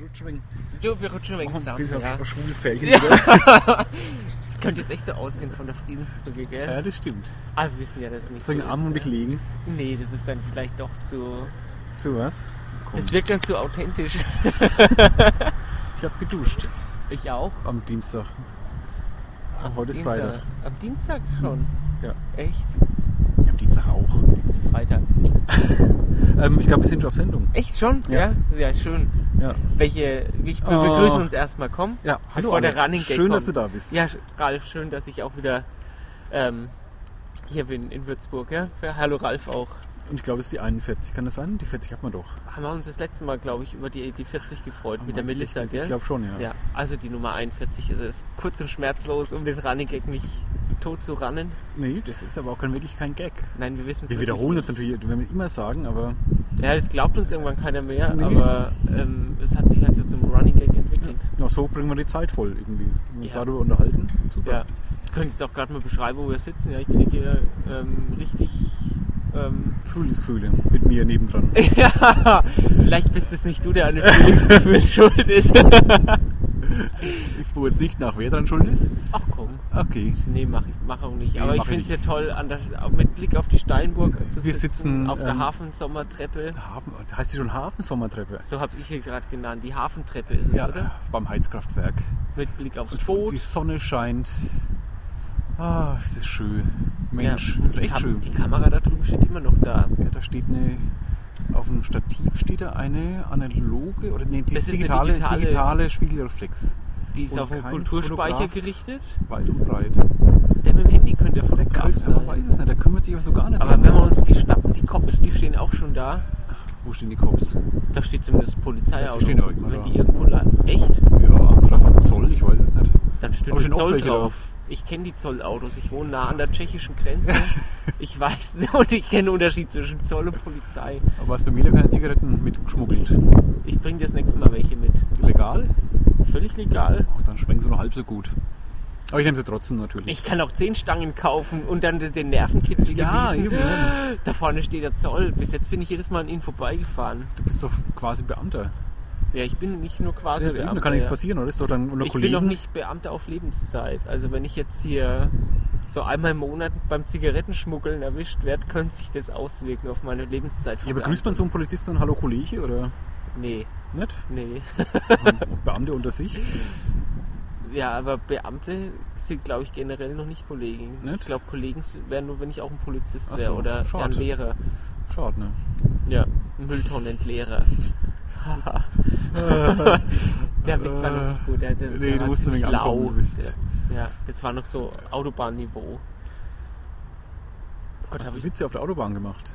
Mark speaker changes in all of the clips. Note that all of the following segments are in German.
Speaker 1: Rutschwing.
Speaker 2: Jo, wir rutschen ein wenig
Speaker 1: Machen
Speaker 2: zusammen.
Speaker 1: wir
Speaker 2: Ja.
Speaker 1: Oh, ein schwules Pärchen. oder?
Speaker 2: Das könnte jetzt echt so aussehen von der Friedensbrücke, gell?
Speaker 1: Ja, das stimmt.
Speaker 2: Aber wir wissen ja, dass es nicht
Speaker 1: So
Speaker 2: so
Speaker 1: einen
Speaker 2: ist.
Speaker 1: Arm und
Speaker 2: ja.
Speaker 1: dich legen.
Speaker 2: Nee, das ist dann vielleicht doch zu...
Speaker 1: Zu was?
Speaker 2: Das wirkt dann zu authentisch.
Speaker 1: Ich hab geduscht
Speaker 2: Ich auch.
Speaker 1: am Dienstag.
Speaker 2: Am
Speaker 1: Ah, heute ist
Speaker 2: Ah, Dienstag.
Speaker 1: Freitag.
Speaker 2: Am Dienstag schon?
Speaker 1: Ja.
Speaker 2: Echt?
Speaker 1: Ich hab Dienstag auch.
Speaker 2: Jetzt ist Freitag.
Speaker 1: Ähm, ich glaube, wir sind schon auf Sendung.
Speaker 2: Echt schon?
Speaker 1: Ja.
Speaker 2: Ja, ja schön.
Speaker 1: Ja.
Speaker 2: Welche, wir wir
Speaker 1: Oh.
Speaker 2: begrüßen uns erstmal, komm.
Speaker 1: Ja, hallo
Speaker 2: Bevor
Speaker 1: Alex.
Speaker 2: der Running Gag
Speaker 1: Schön,
Speaker 2: kommt.
Speaker 1: dass du da bist.
Speaker 2: Ja, sch- Ralf, schön, dass ich auch wieder ähm, hier bin in Würzburg. Ja? Für Hallo Ralf auch.
Speaker 1: Und ich glaube, es ist die 41. Kann das sein? Die 40 hat man doch. Oh
Speaker 2: Haben wir uns das letzte Mal, glaube ich, über die, die 40 gefreut mit der
Speaker 1: Mein
Speaker 2: Melissa,
Speaker 1: Gedächtnis,
Speaker 2: gell?
Speaker 1: Ich glaube schon, ja.
Speaker 2: ja, also die Nummer 41 ist es. Kurz und schmerzlos, um den Running Gag nicht tot zu rannen.
Speaker 1: Nee, das ist aber auch kein, wirklich kein Gag.
Speaker 2: Nein, wir wissen es
Speaker 1: Wir wiederholen uns natürlich, wenn wir immer sagen, aber
Speaker 2: Ja, das glaubt uns irgendwann keiner mehr,
Speaker 1: Nee.
Speaker 2: aber ähm, es hat sich halt so zum Running Gag entwickelt.
Speaker 1: na, so bringen wir die Zeit voll irgendwie. Wenn wir uns
Speaker 2: Ja.
Speaker 1: darüber unterhalten. Super.
Speaker 2: Ja. Ich könnte jetzt auch gerade mal beschreiben, wo wir sitzen. Ja, ich kriege hier ähm, richtig. Ähm,
Speaker 1: Frühlingsgefühle mit mir nebendran.
Speaker 2: ja, vielleicht bist es nicht du, der an dem Frühlingsgefühl schuld ist.
Speaker 1: Ich fuhr jetzt nicht nach, wer dran schuld ist.
Speaker 2: Ach komm.
Speaker 1: Okay.
Speaker 2: Nee, mach ich, mach auch nicht.
Speaker 1: Nee,
Speaker 2: Aber ich
Speaker 1: mach ich
Speaker 2: finde es ja toll, an der, mit Blick auf die Steinburg zu
Speaker 1: Wir sitzen,
Speaker 2: auf der
Speaker 1: ähm,
Speaker 2: Hafensommertreppe.
Speaker 1: Hafen, heißt die schon Hafensommertreppe?
Speaker 2: So habe ich hier gerade genannt. Die Hafentreppe ist es, oder?
Speaker 1: beim Heizkraftwerk.
Speaker 2: Mit Blick aufs
Speaker 1: Und, und
Speaker 2: Boot.
Speaker 1: die Sonne scheint. Ah, es ist schön. Mensch,
Speaker 2: ja, und
Speaker 1: es ist
Speaker 2: die
Speaker 1: echt
Speaker 2: Kam-
Speaker 1: schön.
Speaker 2: Die Kamera da drüben steht immer noch da.
Speaker 1: Ja, da steht eine, auf dem Stativ steht da eine analoge oder nee, die
Speaker 2: Das ist eine
Speaker 1: digitale,
Speaker 2: digitale-
Speaker 1: digitale, Spiegelreflex.
Speaker 2: Die ist
Speaker 1: Und
Speaker 2: auf den
Speaker 1: kein
Speaker 2: Kulturspeicher
Speaker 1: Fotograf.
Speaker 2: gerichtet.
Speaker 1: Weit und breit.
Speaker 2: Der mit dem Handy könnte der
Speaker 1: Der
Speaker 2: Fotograf
Speaker 1: Kölner
Speaker 2: sein.
Speaker 1: weiß es nicht, der kümmert sich aber so gar nicht
Speaker 2: Aber
Speaker 1: drum.
Speaker 2: wenn wir uns die schnappen, die Cops, die stehen auch schon da.
Speaker 1: Wo stehen die Cops?
Speaker 2: Da steht zumindest Polizeiauto.
Speaker 1: Ja, die stehen auch immer
Speaker 2: Wenn
Speaker 1: da.
Speaker 2: die irgendwo la- Echt?
Speaker 1: Ja, vielleicht am Zoll, ich weiß es nicht.
Speaker 2: Dann steht
Speaker 1: Aber
Speaker 2: der
Speaker 1: stehen auch
Speaker 2: Zoll
Speaker 1: welche
Speaker 2: drauf. Ich kenne die Zollautos. Ich wohne nah an der tschechischen Grenze. ich weiß und ich kenne den Unterschied zwischen Zoll und Polizei.
Speaker 1: Aber was bei mir da keine Zigaretten mitgeschmuggelt.
Speaker 2: Ich bringe dir das nächste Mal welche mit.
Speaker 1: Legal?
Speaker 2: Völlig legal.
Speaker 1: Ach, dann schmecken sie nur halb so gut. Aber ich nehme sie trotzdem natürlich.
Speaker 2: Ich kann auch zehn Stangen kaufen und dann den Nervenkitzel
Speaker 1: Ja,
Speaker 2: genießen.
Speaker 1: eben.
Speaker 2: Da vorne steht der Zoll. Bis jetzt bin ich jedes Mal an ihnen vorbeigefahren.
Speaker 1: Du bist doch quasi Beamter.
Speaker 2: Ja, ich bin nicht nur quasi
Speaker 1: Ja, eben, da
Speaker 2: Also Beamter,
Speaker 1: kann nichts
Speaker 2: ja.
Speaker 1: passieren, oder? Ist doch dann unter
Speaker 2: Ich bin
Speaker 1: Kollegen.
Speaker 2: noch nicht Beamter auf Lebenszeit. Also wenn ich jetzt hier so einmal im Monat beim Zigarettenschmuggeln erwischt werde, könnte sich das auswirken auf meine Lebenszeit. von
Speaker 1: ja, begrüßt man so einen Polizisten und Hallo Kollege oder
Speaker 2: Beamten. Nee,
Speaker 1: nicht?
Speaker 2: nee.
Speaker 1: Beamte unter sich?
Speaker 2: Ja, aber Beamte sind, glaube ich, generell noch nicht Kollegen.
Speaker 1: Nicht?
Speaker 2: Ich glaube, Kollegen wären nur, wenn ich auch ein Polizist
Speaker 1: Ach
Speaker 2: wäre
Speaker 1: so,
Speaker 2: oder
Speaker 1: schade.
Speaker 2: ein Lehrer.
Speaker 1: Schade, ne?
Speaker 2: Ja, ein Mülltonnenlehrer. Der Witz war noch nicht gut. Der, der,
Speaker 1: Nee,
Speaker 2: der
Speaker 1: du
Speaker 2: war
Speaker 1: musst ein wenig
Speaker 2: ziemlich lau.
Speaker 1: ankommen, du bist-
Speaker 2: ja, ja, das war noch so Autobahnniveau. Gott,
Speaker 1: Hast
Speaker 2: hab
Speaker 1: du
Speaker 2: ich
Speaker 1: Witze auf der Autobahn gemacht?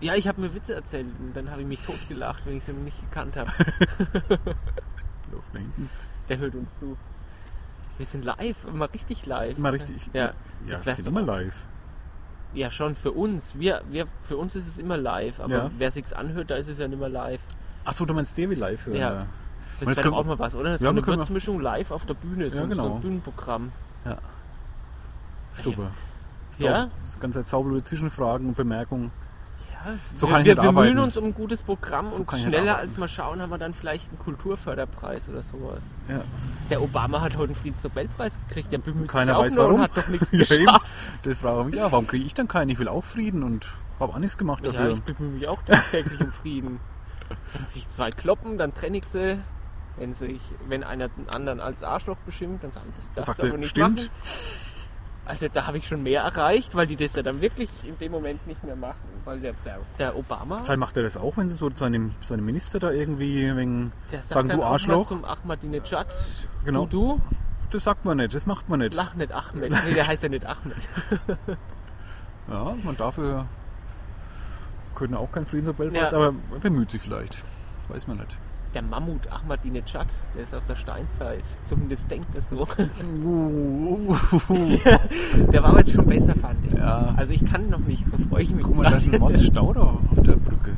Speaker 2: Ja, ich habe mir Witze erzählt und dann habe ich mich totgelacht, wenn ich sie nicht gekannt habe. Der hört uns zu. Wir sind live, mal richtig live.
Speaker 1: Mal richtig.
Speaker 2: Ja,
Speaker 1: Ja,
Speaker 2: das
Speaker 1: das
Speaker 2: wär's
Speaker 1: ist
Speaker 2: doch
Speaker 1: immer
Speaker 2: mal.
Speaker 1: live.
Speaker 2: Ja, schon für uns. Wir, wir, für uns ist es immer live, aber
Speaker 1: Ja.
Speaker 2: wer sich's anhört, da ist es ja nicht mehr live.
Speaker 1: Achso, du meinst äh, Devi live hören?
Speaker 2: Ja. Das
Speaker 1: Und jetzt
Speaker 2: wäre
Speaker 1: können
Speaker 2: doch auch mal was, oder?
Speaker 1: Ja,
Speaker 2: So eine
Speaker 1: wir können-
Speaker 2: Würzmischung live auf der Bühne, so,
Speaker 1: Ja,
Speaker 2: so
Speaker 1: genau.
Speaker 2: ein Bühnenprogramm.
Speaker 1: Super. So,
Speaker 2: Ja?
Speaker 1: Das ganze zauberlose Zwischenfragen und Bemerkungen.
Speaker 2: Ja,
Speaker 1: So
Speaker 2: wir,
Speaker 1: kann ich
Speaker 2: wir
Speaker 1: nicht arbeiten.
Speaker 2: bemühen uns um ein gutes Programm
Speaker 1: So
Speaker 2: und
Speaker 1: kann ich nicht
Speaker 2: schneller
Speaker 1: arbeiten.
Speaker 2: als mal schauen, haben wir dann vielleicht einen Kulturförderpreis oder sowas.
Speaker 1: Ja.
Speaker 2: Der Obama hat heute einen Friedensnobelpreis gekriegt, der bemüht
Speaker 1: Keiner
Speaker 2: sich auch
Speaker 1: weiß
Speaker 2: nur
Speaker 1: warum.
Speaker 2: und hat doch nichts
Speaker 1: Ja, eben.
Speaker 2: geschafft.
Speaker 1: Das war auch, ja, warum kriege ich dann keinen? Ich will auch Frieden und habe auch nichts gemacht
Speaker 2: Ja,
Speaker 1: dafür.
Speaker 2: ich bemühe mich auch tagtäglich um Frieden. Wenn sich zwei kloppen, dann trenne ich sie. Wenn, sich, wenn einer den anderen als Arschloch beschimpft, dann sage ich, das darfst
Speaker 1: sagt
Speaker 2: du
Speaker 1: er,
Speaker 2: aber nicht
Speaker 1: stimmt.
Speaker 2: machen. Also da habe ich schon mehr erreicht, weil die das ja dann wirklich in dem Moment nicht mehr machen. Weil der, der, der Obama,
Speaker 1: Vielleicht macht er das auch, wenn sie so seinem, seinem Minister da irgendwie wegen,
Speaker 2: der sagt
Speaker 1: sagen,
Speaker 2: dann
Speaker 1: du
Speaker 2: auch mal
Speaker 1: Arschloch.
Speaker 2: zum Ahmadinejad,
Speaker 1: Genau.
Speaker 2: du, du,
Speaker 1: Das sagt man nicht, das macht man nicht.
Speaker 2: lach nicht Ahmed. Nee, der heißt ja nicht Ahmed.
Speaker 1: Ja, man dafür können auch keinen Friedensnobelpreis,
Speaker 2: Ja.
Speaker 1: aber er bemüht sich vielleicht. Weiß man nicht.
Speaker 2: Der Mammut Ahmadinejad, der ist aus der Steinzeit. Zumindest denkt er so. Uh. Der war aber jetzt schon besser, fand ich.
Speaker 1: Ja.
Speaker 2: Also ich kann noch nicht, da freue ich mich
Speaker 1: Guck mal, da ist ein Mordsstau da auf der Brücke.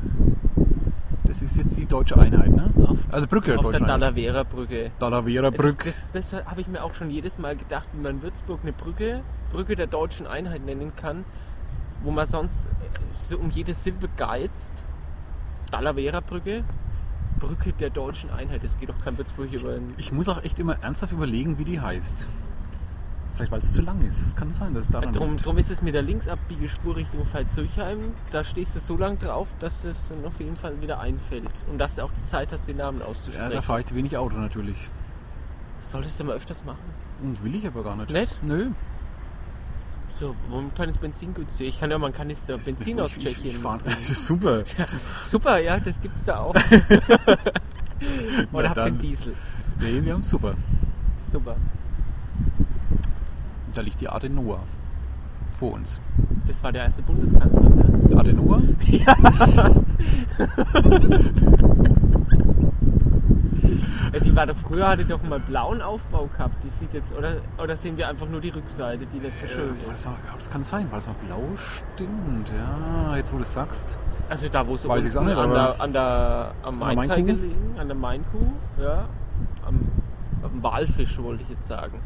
Speaker 1: Das ist jetzt die deutsche Einheit, ne?
Speaker 2: Auf-
Speaker 1: also Brücke
Speaker 2: Auf der
Speaker 1: deutsche Einheit.
Speaker 2: Talavera-Brücke.
Speaker 1: Talavera
Speaker 2: Das-
Speaker 1: Brücke.
Speaker 2: Das, das habe ich mir auch schon jedes Mal gedacht, wie man Würzburg eine Brücke, Brücke der deutschen Einheit nennen kann, wo äh, man sonst so um jede Silbe geizt. Talavera-Brücke. Brücke der deutschen Einheit. Es geht doch kein Witzburg über den.
Speaker 1: Ich muss auch echt immer ernsthaft überlegen, wie die heißt. Vielleicht, weil es zu lang ist. Es kann sein, dass es daran
Speaker 2: Drum,
Speaker 1: liegt.
Speaker 2: drum ist es mit der Linksabbiege Spur Richtung Pfalz-Höchheim. Da stehst du so lang drauf, dass es dann auf jeden Fall wieder einfällt. Und dass du auch die Zeit hast, den Namen
Speaker 1: Ja,
Speaker 2: auszusprechen.
Speaker 1: da fahre ich zu wenig Auto natürlich.
Speaker 2: Solltest du mal öfters machen.
Speaker 1: Und Hm, will ich aber gar nicht.
Speaker 2: Nicht?
Speaker 1: Nö.
Speaker 2: So, momentan ist Benzin günstig. Ich kann ja mal einen Kanister Benzin aus
Speaker 1: Ich- ich-
Speaker 2: Tschechien.
Speaker 1: Ich, fahr-
Speaker 2: machen.
Speaker 1: das ist super.
Speaker 2: Super, ja, das gibt's da auch.
Speaker 1: Na
Speaker 2: Oder habt ihr
Speaker 1: dann.
Speaker 2: einen Diesel?
Speaker 1: Nee, wir haben super.
Speaker 2: Super.
Speaker 1: Da liegt die Adenoa vor uns.
Speaker 2: Das war der erste Bundeskanzler, ne?
Speaker 1: Adenoa?
Speaker 2: Äh, Die war doch früher, hatte doch mal blauen Aufbau gehabt. Die sieht jetzt, oder, oder sehen wir einfach nur die Rückseite, die nicht so schön
Speaker 1: Äh,
Speaker 2: ist.
Speaker 1: was war, das kann sein, weil es mal blau stimmt. Ja, jetzt wo du es sagst.
Speaker 2: Also da, wo es
Speaker 1: Weiß ich's auch
Speaker 2: unten
Speaker 1: nicht,
Speaker 2: an
Speaker 1: aber-
Speaker 2: der, an der, am
Speaker 1: der
Speaker 2: Mainkai
Speaker 1: Mainkuh?
Speaker 2: gelegen, an der Mainkuh, ja, am, am Walfisch wollte ich jetzt sagen.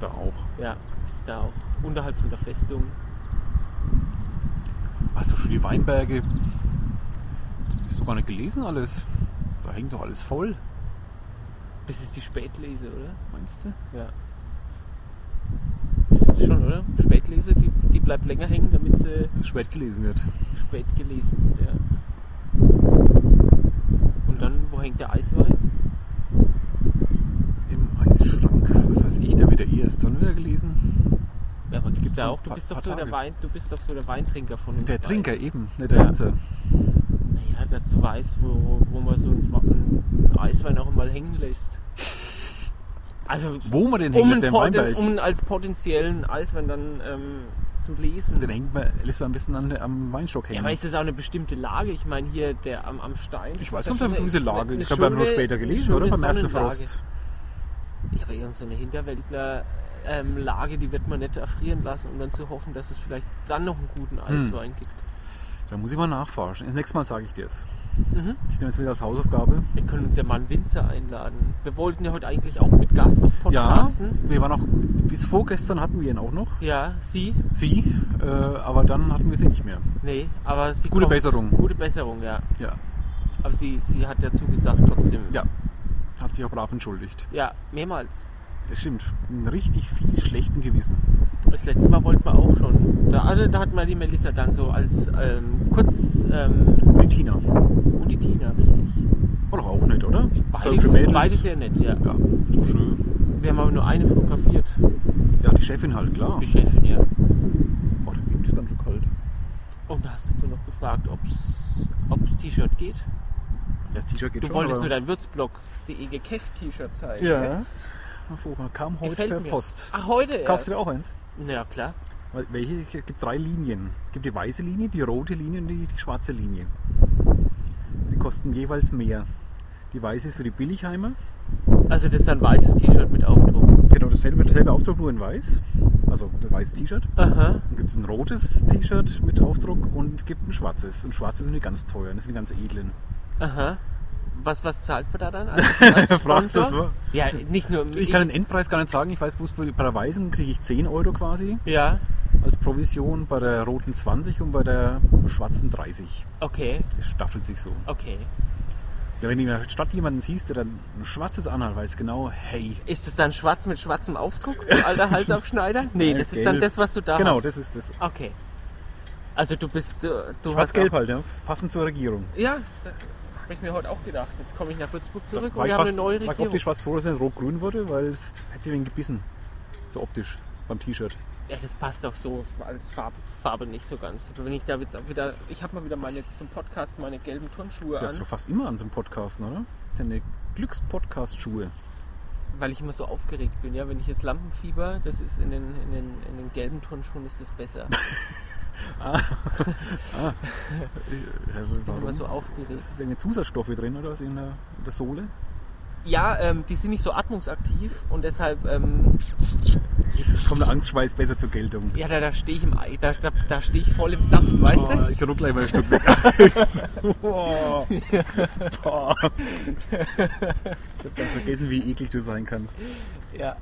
Speaker 1: Da auch.
Speaker 2: Ja, ist da auch unterhalb von der Festung.
Speaker 1: Hast du schon die Weinberge? Hast du gar nicht gelesen alles? Da hängt doch alles voll,
Speaker 2: Das ist die Spätlese, oder?
Speaker 1: meinst du?
Speaker 2: Ja. Ist es schon, oder? Spätlese, die, die bleibt länger hängen, damit sie
Speaker 1: Wenn es spät gelesen wird.
Speaker 2: spät gelesen wird, ja. Und dann, wo hängt der Eiswein?
Speaker 1: Im Eisschrank. Was weiß ich, da wird der erst dann wieder gelesen.
Speaker 2: Ja, aber
Speaker 1: Gibt's
Speaker 2: gibt's ja
Speaker 1: so
Speaker 2: auch. Du
Speaker 1: paar-
Speaker 2: bist doch
Speaker 1: paar
Speaker 2: so der
Speaker 1: Tage.
Speaker 2: Wein, du bist doch so der Weintrinker von uns.
Speaker 1: Der
Speaker 2: beiden.
Speaker 1: Trinker eben, nicht der Hitze.
Speaker 2: Naja, dass du weißt, wo, wo man so einen, einen Eiswein auch mal hängen lässt. Also
Speaker 1: Wo man den hängt,
Speaker 2: um,
Speaker 1: ist der
Speaker 2: einen Poten,
Speaker 1: Weinberg.
Speaker 2: um ihn als potenziellen Eiswein dann ähm, zu lesen.
Speaker 1: Den hängt man, lässt man ein bisschen an, der- am Weinstock
Speaker 2: Ja,
Speaker 1: hängen.
Speaker 2: aber ist das auch eine bestimmte Lage? Ich meine, hier der am, am Stein.
Speaker 1: Ich weiß
Speaker 2: das
Speaker 1: nicht, ob da eine gewisse Lage ist. Ich glaube, wir haben nur später gelesen,
Speaker 2: also schöne
Speaker 1: oder? Beim ersten
Speaker 2: Sonnenlage.
Speaker 1: Frost.
Speaker 2: Ja, aber irgendeine Hinterwäldler-Lage, ähm, die wird man nicht erfrieren lassen, um dann zu hoffen, dass es vielleicht dann noch einen guten
Speaker 1: Hm.
Speaker 2: Eiswein gibt.
Speaker 1: Da muss ich mal nachforschen. Das nächste Mal sage ich dir es.
Speaker 2: Mhm.
Speaker 1: Ich nehme es wieder als Hausaufgabe.
Speaker 2: Wir können uns ja mal einen Winzer einladen. Wir wollten ja heute eigentlich auch mit Gast podcasten.
Speaker 1: Ja, wir waren auch, bis vorgestern hatten wir ihn auch noch.
Speaker 2: Ja, Sie?
Speaker 1: Sie, äh, aber dann hatten wir sie nicht mehr.
Speaker 2: Nee, aber Sie.
Speaker 1: Gute
Speaker 2: kommt-
Speaker 1: Besserung.
Speaker 2: Gute Besserung, ja.
Speaker 1: Ja,
Speaker 2: Aber sie, sie hat ja zugesagt trotzdem.
Speaker 1: ja. Hat sich auch brav entschuldigt.
Speaker 2: Ja, mehrmals.
Speaker 1: Das stimmt. Ein richtig fies schlechten Gewissen.
Speaker 2: Das letzte Mal wollten wir auch schon. Da, also, da hat mal die Melissa dann so als ähm, kurz ähm,
Speaker 1: Und die Tina.
Speaker 2: und die Tina, richtig.
Speaker 1: Oder auch nicht, oder?
Speaker 2: Beide,
Speaker 1: Solche Mädels.
Speaker 2: beide sehr nett, ja.
Speaker 1: Ja, so schön.
Speaker 2: Wir haben aber nur eine fotografiert,
Speaker 1: Ja, die Chefin halt, klar.
Speaker 2: die Chefin, ja.
Speaker 1: Oh, der Wind ist ganz schön kalt.
Speaker 2: Und da hast du vorhin noch gefragt, ob's, ob's T-Shirt geht.
Speaker 1: Das T-Shirt geht
Speaker 2: Du
Speaker 1: schon.
Speaker 2: wolltest
Speaker 1: aber-
Speaker 2: nur dein Würzblock.de Gekef-T-Shirt zeigen.
Speaker 1: Ja. Mal gucken, kam heute
Speaker 2: Gefällt
Speaker 1: per
Speaker 2: mir.
Speaker 1: Post.
Speaker 2: Ach, heute erst.
Speaker 1: Kaufst du dir auch eins?
Speaker 2: Ja, klar.
Speaker 1: Weil Welche? Es gibt drei Linien. Es gibt die weiße Linie, die rote Linie und die, die schwarze Linie. Die kosten jeweils mehr. Die weiße ist für die Billigheimer.
Speaker 2: Also das ist ein weißes T-Shirt mit Aufdruck.
Speaker 1: Genau dasselbe, dasselbe Aufdruck, nur in weiß. Also ein weißes T-Shirt.
Speaker 2: Aha.
Speaker 1: Dann gibt es ein rotes T-Shirt mit Aufdruck und es gibt ein schwarzes. Und schwarze sind die ganz teuren, das sind die ganz edlen.
Speaker 2: Aha. Was, was zahlt man da dann als, als
Speaker 1: Fragst du
Speaker 2: Sponsor?
Speaker 1: das mal?
Speaker 2: Ja, nicht nur...
Speaker 1: Ich kann den Endpreis gar nicht sagen, ich weiß bloß, bei der weißen kriege ich 10 Euro quasi
Speaker 2: Ja,
Speaker 1: als Provision, bei der roten 20 und bei der schwarzen 30.
Speaker 2: okay,
Speaker 1: Das staffelt sich so.
Speaker 2: okay.
Speaker 1: Ja, wenn du in der Stadt jemanden siehst, der dann ein schwarzes anhat, weiß genau, hey.
Speaker 2: Ist es dann schwarz mit schwarzem Aufdruck, du alter Halsabschneider? Nee,
Speaker 1: Nein,
Speaker 2: das ist
Speaker 1: gelb.
Speaker 2: dann das, was du da
Speaker 1: genau,
Speaker 2: hast.
Speaker 1: das ist das.
Speaker 2: Okay. Also du bist... äh, Du
Speaker 1: Schwarz-Gelb
Speaker 2: hast
Speaker 1: halt, ja. passend zur Regierung.
Speaker 2: auch, Ja, da habe ich mir heute auch gedacht. Jetzt komme ich nach Würzburg zurück
Speaker 1: War
Speaker 2: und
Speaker 1: ich
Speaker 2: wir haben eine
Speaker 1: fast-
Speaker 2: neue
Speaker 1: war ich
Speaker 2: Regierung.
Speaker 1: optisch fast froh, dass es rot-grün wurde, weil es hätte sie wegen gebissen. So optisch beim T-Shirt.
Speaker 2: Ja, das passt doch so als Farbe, Farbe nicht so ganz. Wenn ich da jetzt auch wieder... Ich habe mal wieder meine zum Podcast meine gelben Turnschuhe
Speaker 1: Du hast
Speaker 2: an,
Speaker 1: doch fast immer an so einem Podcasten, oder? Das sind ja Glückspodcast-Schuhe.
Speaker 2: weil ich immer so aufgeregt bin. Ja, wenn ich jetzt Lampenfieber, das ist in den, in den, in den gelben Turnschuhen ist das besser.
Speaker 1: Also,
Speaker 2: Ich bin immer
Speaker 1: warum?
Speaker 2: so aufgeregt.
Speaker 1: Ist irgendeine Zusatzstoffe drin oder was in der, in der Sohle?
Speaker 2: Ja, ähm, die sind nicht so atmungsaktiv und deshalb, ähm,
Speaker 1: Es kommt der Angstschweiß besser zur Geltung.
Speaker 2: ja, da, da stehe ich im Ei, da, da, da stehe ich voll im Saft, weißt
Speaker 1: Oh,
Speaker 2: du?
Speaker 1: ich ruck gleich mal ein Stück weg. Boah. Boah. Oh. Ich hab ganz vergessen, wie eklig du sein kannst.
Speaker 2: Ja.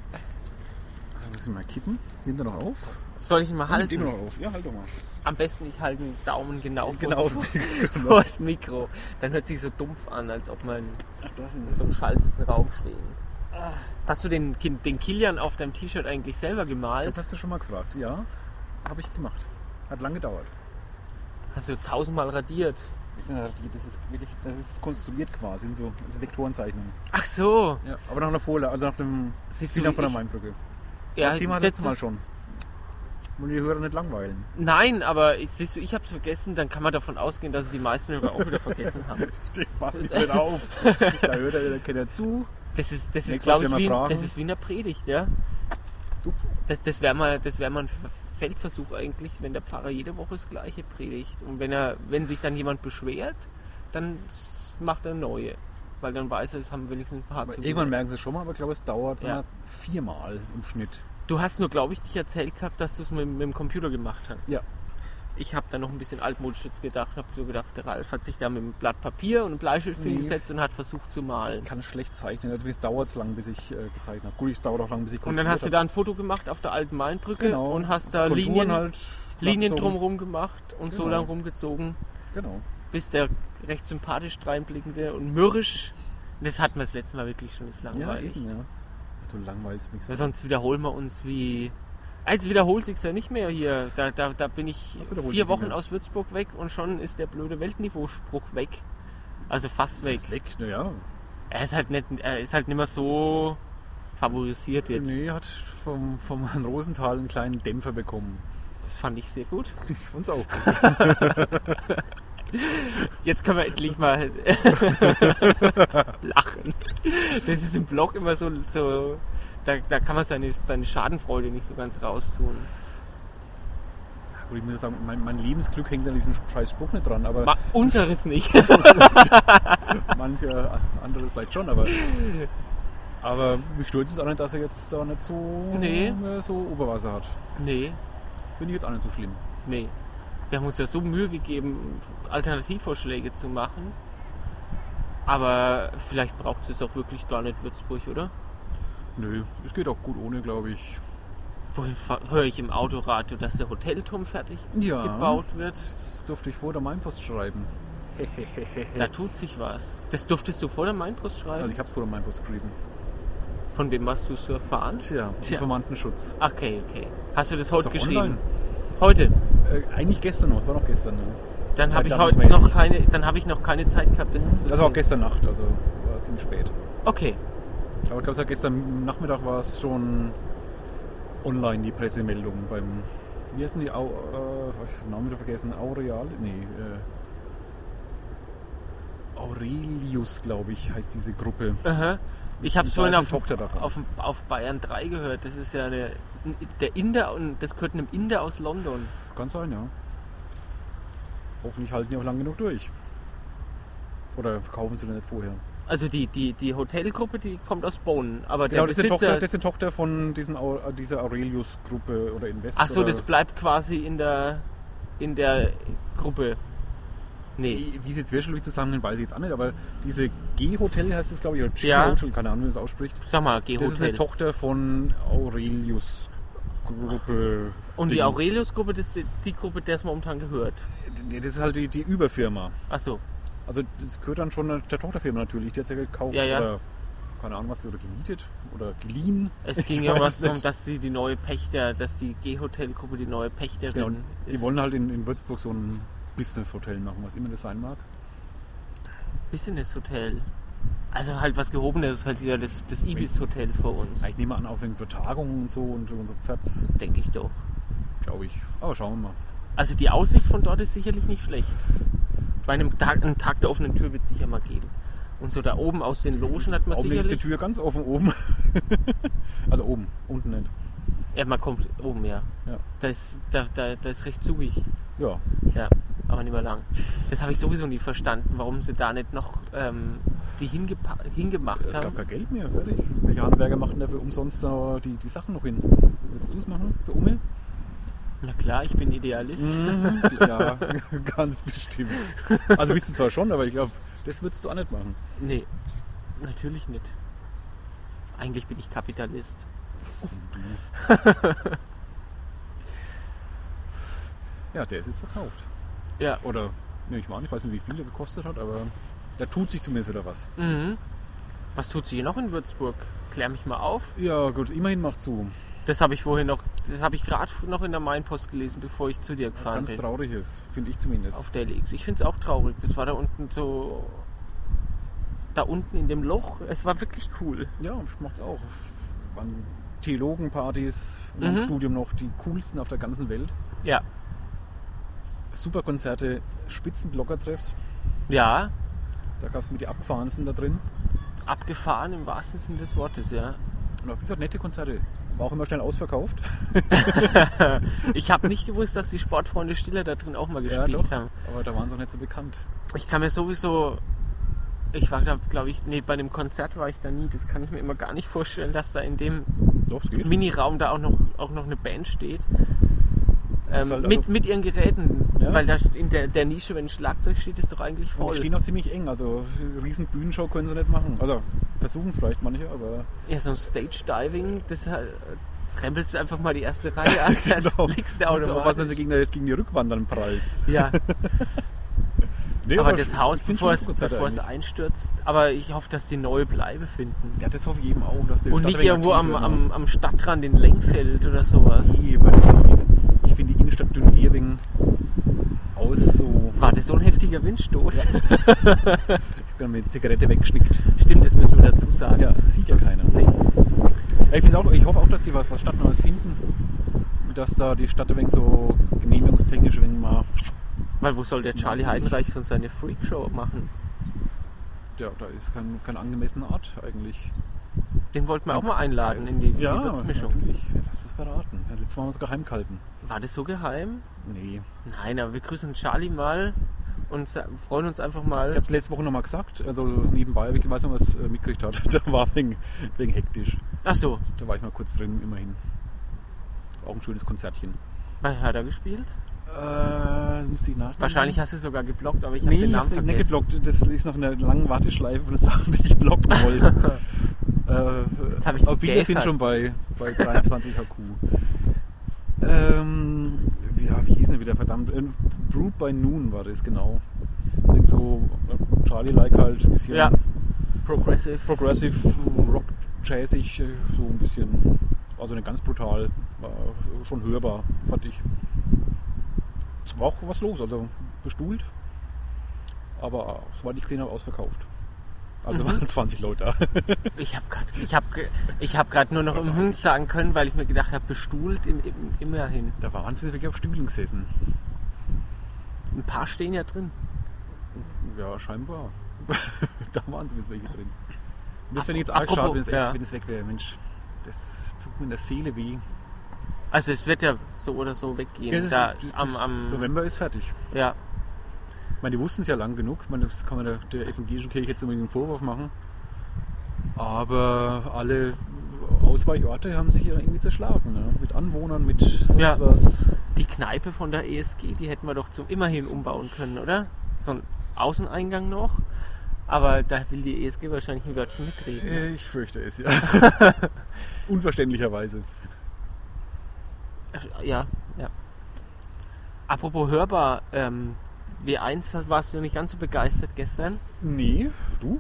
Speaker 1: Das Also muss ich mal kippen. Nimm den noch auf.
Speaker 2: Soll ich ihn mal
Speaker 1: Nimm den
Speaker 2: halten?
Speaker 1: noch auf. Ja, halt doch mal.
Speaker 2: Am besten ich halte den Daumen genau,
Speaker 1: Genau.
Speaker 2: Vors, vors Mikro. Dann hört sich so dumpf an, als ob man
Speaker 1: Ach, da sind
Speaker 2: in so
Speaker 1: sie.
Speaker 2: einem schaltigen Raum stehen. Hast du den, Kin- den Kilian auf deinem T-Shirt eigentlich selber
Speaker 1: Das
Speaker 2: gemalt?
Speaker 1: hast du schon mal gefragt. Ja, habe ich gemacht. Hat lang gedauert.
Speaker 2: Hast du tausendmal radiert?
Speaker 1: Das ist wirklich, das ist konstruiert quasi in so das ist Vektorenzeichnung.
Speaker 2: Ach so.
Speaker 1: Ja. Aber nach einer Vorlage, also nach dem
Speaker 2: Siehst
Speaker 1: Wieder
Speaker 2: wie
Speaker 1: von der
Speaker 2: ich-
Speaker 1: Mainbrücke.
Speaker 2: Ja,
Speaker 1: das Thema letztes
Speaker 2: letztes
Speaker 1: Mal schon. Und die Hörer nicht langweilen.
Speaker 2: Nein, aber ich, siehst du, ich hab's vergessen, dann kann man davon ausgehen, dass es die meisten Hörer auch wieder vergessen haben.
Speaker 1: Passt nicht mit auf. Da hört er, da kennt er zu.
Speaker 2: Das ist, das
Speaker 1: Nächstes
Speaker 2: ist
Speaker 1: Mal
Speaker 2: glaube ich,
Speaker 1: stellen wir
Speaker 2: wie,
Speaker 1: Fragen.
Speaker 2: das ist wie in der Predigt, ja. Das, das wäre mal, das wär mal ein F- Feldversuch eigentlich, wenn der Pfarrer jede Woche das Gleiche predigt. Und wenn, er, wenn sich dann jemand beschwert, dann s- macht er neue. Weil dann weiß er, es haben wenigstens ein paar
Speaker 1: Aber
Speaker 2: zugehört.
Speaker 1: irgendwann merken sie es schon mal, aber ich glaube, es dauert
Speaker 2: Ja.
Speaker 1: immer viermal im Schnitt.
Speaker 2: Du hast nur, glaube ich, nicht erzählt gehabt, dass du es mit, mit dem Computer gemacht hast.
Speaker 1: Ja.
Speaker 2: Ich habe da noch ein bisschen altmodisch jetzt gedacht, habe so gedacht, der Ralf hat sich da mit einem Blatt Papier und einem Bleistift
Speaker 1: Nee.
Speaker 2: hingesetzt und hat versucht zu
Speaker 1: Ich
Speaker 2: malen.
Speaker 1: kann schlecht zeichnen. Also es dauert es lang, bis ich äh, gezeichnet habe. Gut, es dauert auch lang, bis ich
Speaker 2: Und dann hast du
Speaker 1: konstruiert
Speaker 2: da ein Foto gemacht auf der alten Mainbrücke
Speaker 1: hab. genau.
Speaker 2: und hast da
Speaker 1: Konturen
Speaker 2: Linien,
Speaker 1: halt,
Speaker 2: Linien
Speaker 1: Abzogen.
Speaker 2: drumherum gemacht und so
Speaker 1: Genau.
Speaker 2: lang rumgezogen,
Speaker 1: Genau.
Speaker 2: bis der recht sympathisch dreinblickende und mürrisch, das hatten wir das letzte Mal wirklich schon, das ist
Speaker 1: Ja,
Speaker 2: langweilig.
Speaker 1: eben, ja. Ach, du langweilst mich.
Speaker 2: Weil sonst wiederholen wir uns wie. Eins wiederholt sich's ja nicht mehr hier. Da, da, da bin ich
Speaker 1: Was wiederholt
Speaker 2: vier
Speaker 1: sich
Speaker 2: Wochen
Speaker 1: nicht mehr?
Speaker 2: aus Würzburg weg und schon ist der blöde Weltniveauspruch weg. Also fast weg.
Speaker 1: Ist weg, naja.
Speaker 2: Er ist halt nicht, er ist halt nicht mehr so favorisiert jetzt.
Speaker 1: Nee, hat vom, vom Herrn Rosenthal einen kleinen Dämpfer bekommen.
Speaker 2: Das fand ich sehr gut.
Speaker 1: Ich fand's auch.
Speaker 2: Jetzt können wir endlich mal lachen. Das ist im Blog immer so, so da, da kann man seine, seine Schadenfreude nicht so ganz raustun.
Speaker 1: Ja, Gut, ich muss sagen, mein, mein Lebensglück hängt an diesem scheiß Spruch nicht dran, aber
Speaker 2: Ma- Unseres nicht.
Speaker 1: manche andere vielleicht schon, aber. Aber mich stört es auch nicht, dass er jetzt da nicht so,
Speaker 2: Nee.
Speaker 1: äh, so Oberwasser hat.
Speaker 2: nee,
Speaker 1: Finde ich jetzt auch nicht so schlimm.
Speaker 2: Nee. Wir haben uns ja so Mühe gegeben, Alternativvorschläge zu machen. Aber vielleicht braucht es auch wirklich gar nicht Würzburg, oder?
Speaker 1: Nö, es geht auch gut ohne, glaube ich.
Speaker 2: Wohin fa- höre ich im Autoradio, dass der Hotelturm fertig
Speaker 1: Ja.
Speaker 2: gebaut wird?
Speaker 1: Das durfte ich vor der Mainpost schreiben.
Speaker 2: Da tut sich was. Das durftest du vor der Mainpost schreiben?
Speaker 1: Also ich habe es vor der Mainpost geschrieben.
Speaker 2: Von wem warst du so erfahren?
Speaker 1: Tja,
Speaker 2: Tja.
Speaker 1: Informantenschutz.
Speaker 2: Okay, okay. Hast du das
Speaker 1: Ist
Speaker 2: heute
Speaker 1: doch
Speaker 2: geschrieben?
Speaker 1: online.
Speaker 2: Heute.
Speaker 1: Äh, eigentlich gestern noch, es war noch gestern. Ne?
Speaker 2: Dann
Speaker 1: Ja,
Speaker 2: habe ich
Speaker 1: da müssen
Speaker 2: heute
Speaker 1: wir jetzt
Speaker 2: noch keine, dann habe ich noch keine Zeit gehabt, das zu
Speaker 1: Das war auch
Speaker 2: sehen.
Speaker 1: gestern Nacht, also war ziemlich spät.
Speaker 2: Okay.
Speaker 1: Aber ich glaube, seit gestern Nachmittag war es schon online, die Pressemeldung beim. Wie heißen die? Au, äh, ich hab den Namen wieder vergessen. Aureal? Nee. Äh, Aurelius, glaube ich, heißt diese Gruppe.
Speaker 2: Aha. Ich habe es
Speaker 1: Da
Speaker 2: vorhin
Speaker 1: ist
Speaker 2: genau, auf,
Speaker 1: die Tochter davon.
Speaker 2: auf, auf Bayern 3 gehört. Das ist ja eine, der Inder und das gehört einem Inder aus London.
Speaker 1: Kann sein, ja. Hoffentlich halten die auch lang genug durch. Oder verkaufen sie denn nicht vorher?
Speaker 2: Also die, die, die Hotelgruppe, die kommt aus Bonn. Aber
Speaker 1: Genau,
Speaker 2: der
Speaker 1: das ist die
Speaker 2: Besitzer,
Speaker 1: Tochter, das ist die Tochter von diesem, Au- äh, dieser Aurelius-Gruppe oder Investor.
Speaker 2: ach so, das bleibt quasi in der, in der Gruppe. Nee.
Speaker 1: Wie wie es jetzt wirtschaftlich zusammenhängt, weiß ich jetzt auch nicht, aber diese G-Hotel heißt es, glaube ich, oder
Speaker 2: Ja.
Speaker 1: G-Hotel, keine Ahnung, wie man es ausspricht.
Speaker 2: Sag mal,
Speaker 1: Das ist eine
Speaker 2: G-Hotel.
Speaker 1: Tochter von Aurelius Gruppe.
Speaker 2: Und
Speaker 1: Ding.
Speaker 2: die Aurelius-Gruppe, das ist die, die Gruppe, der es momentan gehört.
Speaker 1: Nee, Das ist halt die, die Überfirma.
Speaker 2: Ach so.
Speaker 1: Also das gehört dann schon der Tochterfirma natürlich, die hat ja gekauft
Speaker 2: Ja, ja.
Speaker 1: oder keine Ahnung was, oder gemietet oder geliehen.
Speaker 2: Es
Speaker 1: Ich
Speaker 2: ging ja
Speaker 1: weiß
Speaker 2: was darum,
Speaker 1: nicht.
Speaker 2: dass sie die neue Pächter, dass die G-Hotel-Gruppe die neue Pächterin
Speaker 1: Genau, die
Speaker 2: ist.
Speaker 1: wollen halt in, in Würzburg so ein Business-Hotel machen, was immer das sein mag.
Speaker 2: Business Hotel. Also halt was gehobenes, halt wieder das, das Ibis Hotel vor uns.
Speaker 1: Ich nehme an, auch wegen Vertagungen und so und, und so Pferds,
Speaker 2: Denke ich doch.
Speaker 1: glaube ich. Aber schauen wir mal.
Speaker 2: Also die Aussicht von dort ist sicherlich nicht schlecht. Bei einem Tag, einen Tag der offenen Tür wird es sicher mal geben. Und so da oben aus den Logen hat man
Speaker 1: Augenblick ist die
Speaker 2: sicherlich.
Speaker 1: Tür ganz offen oben. also oben, unten nicht.
Speaker 2: Ja, man kommt oben, ja.
Speaker 1: Ja.
Speaker 2: Da ist, da, da, da ist recht zugig.
Speaker 1: Ja,
Speaker 2: Ja, aber nicht mehr lang. Das habe ich sowieso nie verstanden, warum sie da nicht noch ähm, die hingepa hingemacht
Speaker 1: es gab
Speaker 2: haben.
Speaker 1: kein Geld mehr, fertig. Welche Handwerker machen dafür umsonst da die, die Sachen noch hin? Willst du es machen für Umme?
Speaker 2: Na klar, ich bin Idealist. Mhm.
Speaker 1: ja, ganz bestimmt. Also bist du zwar schon, aber ich glaube, das würdest du auch nicht machen.
Speaker 2: Nee, natürlich nicht. Eigentlich bin ich Kapitalist.
Speaker 1: Ja, der ist jetzt verkauft.
Speaker 2: Ja.
Speaker 1: Oder, ne, ich, meine, ich weiß nicht, wie viel der gekostet hat, aber da tut sich zumindest wieder was.
Speaker 2: Mhm. Was tut sie hier noch in Würzburg? Klär mich mal auf.
Speaker 1: Ja, gut, immerhin macht zu.
Speaker 2: Das habe ich vorhin noch, das habe ich gerade noch in der Mainpost gelesen, bevor ich zu dir
Speaker 1: Was
Speaker 2: gefahren
Speaker 1: ganz
Speaker 2: bin.
Speaker 1: traurig ist, finde ich zumindest.
Speaker 2: Auf der LX. Ich finde es auch traurig. Das war da unten so. Da unten in dem Loch. Es war wirklich cool.
Speaker 1: Ja, ich mochte auch. Waren Theologenpartys im
Speaker 2: Mhm.
Speaker 1: Studium noch die coolsten auf der ganzen Welt.
Speaker 2: Ja.
Speaker 1: Super Konzerte, Spitzenblogger-Treffs.
Speaker 2: Ja,
Speaker 1: Da gab es mit die abgefahrensten da drin.
Speaker 2: abgefahren im wahrsten Sinne des Wortes, ja.
Speaker 1: Und auch, wie gesagt, nette Konzerte. War auch immer schnell ausverkauft.
Speaker 2: Ich habe nicht gewusst, dass die Sportfreunde Stiller da drin auch mal
Speaker 1: Ja,
Speaker 2: gespielt
Speaker 1: doch.
Speaker 2: haben.
Speaker 1: Aber da waren sie auch nicht so bekannt.
Speaker 2: Ich kann mir sowieso. Ich war da, glaube ich, nee, bei einem Konzert war ich da nie. Das kann ich mir immer gar nicht vorstellen, dass da in dem
Speaker 1: Doch, es geht.
Speaker 2: Miniraum da auch noch, auch noch eine Band steht.
Speaker 1: Das ist
Speaker 2: Ähm,
Speaker 1: halt
Speaker 2: mit,
Speaker 1: also-
Speaker 2: mit ihren Geräten.
Speaker 1: Ja.
Speaker 2: Weil da in der, der Nische, wenn ein Schlagzeug steht, ist doch eigentlich
Speaker 1: Und die
Speaker 2: voll.
Speaker 1: stehen noch ziemlich eng, also riesen Bühnenshow können sie nicht machen. Also versuchen es vielleicht manche, aber
Speaker 2: Ja, so ein Stage-Diving, das äh, krempelst du einfach mal die erste Reihe an, dann
Speaker 1: Genau.
Speaker 2: liegst du
Speaker 1: also, was, wenn
Speaker 2: automatisch.
Speaker 1: sie gegen, die- gegen die Rückwand dann prallst.
Speaker 2: Ja,
Speaker 1: Nee,
Speaker 2: aber
Speaker 1: sch-
Speaker 2: das Haus,
Speaker 1: ich find
Speaker 2: bevor,
Speaker 1: schon
Speaker 2: es,
Speaker 1: gute Konzerte
Speaker 2: bevor es
Speaker 1: eigentlich.
Speaker 2: einstürzt, aber ich hoffe, dass die neue Bleibe finden.
Speaker 1: Ja, das hoffe ich eben auch, dass der
Speaker 2: Und
Speaker 1: Stadtring
Speaker 2: nicht irgendwo
Speaker 1: aktiv
Speaker 2: am,
Speaker 1: wird.
Speaker 2: am, am Stadtrand in Lengfeld oder sowas.
Speaker 1: Nee, weil ich finde die Innenstadt Dünn-Ehring aus so.
Speaker 2: War das so ein heftiger Windstoß?
Speaker 1: Ich habe mir die Zigarette weggeschnickt.
Speaker 2: Stimmt, das müssen wir dazu sagen.
Speaker 1: Ja, sieht ja
Speaker 2: Das-
Speaker 1: keiner. Ja, ich, find's auch, ich hoffe auch, dass die was, was Stadtneues finden. Dass da die Stadt ein wenig so genehmigungstechnisch ein wenig mal.
Speaker 2: Weil wo soll der Charlie
Speaker 1: Weiß ich nicht.
Speaker 2: Heidenreich sonst seine Freakshow machen?
Speaker 1: Ja, da ist kein, kein angemessener Art eigentlich.
Speaker 2: Den wollten wir auch mal einladen in die, in die Würzmischung.
Speaker 1: natürlich. Jetzt hast du es verraten. Ja, letztes Mal haben wir es geheim gehalten.
Speaker 2: War das so geheim?
Speaker 1: Nee.
Speaker 2: Nein, aber wir grüßen Charlie mal und sa- freuen uns einfach
Speaker 1: Ich
Speaker 2: mal.
Speaker 1: habe es letzte Woche nochmal gesagt, also nebenbei, ich weiß nicht, was äh, mitgekriegt hat. Da war wegen, wegen hektisch.
Speaker 2: Ach so,
Speaker 1: Da war ich mal kurz drin, immerhin. Auch ein schönes Konzertchen.
Speaker 2: was hat er gespielt?
Speaker 1: Äh, muss ich nachdenken.
Speaker 2: Wahrscheinlich hast du es sogar geblockt, aber ich habe
Speaker 1: Nee,
Speaker 2: den
Speaker 1: ich
Speaker 2: Namen
Speaker 1: hab's eben nicht
Speaker 2: vergessen.
Speaker 1: geblockt. Das ist noch eine lange Warteschleife von Sachen, die ich blocken wollte. äh,
Speaker 2: Jetzt hab ich die halt.
Speaker 1: aber Bilder sind
Speaker 2: geäffert.
Speaker 1: schon bei, bei 23 HQ. ähm, ja, wie hieß denn wieder, verdammt? Äh, Brewed by Noon war das, genau. Deswegen so äh, Charlie-like halt, ein bisschen
Speaker 2: Ja. Progressive.
Speaker 1: progressive, rock jazzig, äh, so ein bisschen. Also nicht ganz brutal, war schon hörbar, fand ich. War auch was los, also bestuhlt. Aber soweit ich gesehen habe, genau ausverkauft. Also waren 20 Leute da.
Speaker 2: ich habe gerade ich hab, ge- ich hab grad nur noch im Hund sagen können, weil ich mir gedacht habe, bestuhlt im, im, immerhin.
Speaker 1: Da waren sie wirklich auf Stühlen gesessen.
Speaker 2: Ein paar stehen ja drin.
Speaker 1: Ja, scheinbar. da waren sie jetzt welche drin. Und das
Speaker 2: Ap-
Speaker 1: wäre jetzt arg
Speaker 2: apropos,
Speaker 1: schade, wenn es echt,
Speaker 2: ja.
Speaker 1: wenn es weg wäre. Mensch, das tut mir in der Seele weh.
Speaker 2: Also es wird ja so oder so weggehen.
Speaker 1: Ja, das-
Speaker 2: da,
Speaker 1: das-
Speaker 2: am,
Speaker 1: das-
Speaker 2: am,
Speaker 1: November ist fertig.
Speaker 2: ja,
Speaker 1: Ich meine, die wussten es ja lang genug. Ich meine, das kann man der, der evangelischen Kirche jetzt unbedingt einen Vorwurf machen. Aber alle Ausweichorte haben sich ja irgendwie zerschlagen. Ne? Mit Anwohnern, mit sonst
Speaker 2: Ja.
Speaker 1: was.
Speaker 2: die Kneipe von der ESG, die hätten wir doch zum immerhin umbauen können, oder? So ein Außeneingang noch. Aber da will die ESG wahrscheinlich ein Wörtchen mitreden.
Speaker 1: Äh, Ich fürchte es, ja. Unverständlicherweise.
Speaker 2: Also, Ja, ja. Apropos hörbar, ähm, W1 hat- warst du nicht ganz so begeistert gestern.
Speaker 1: Nee, du?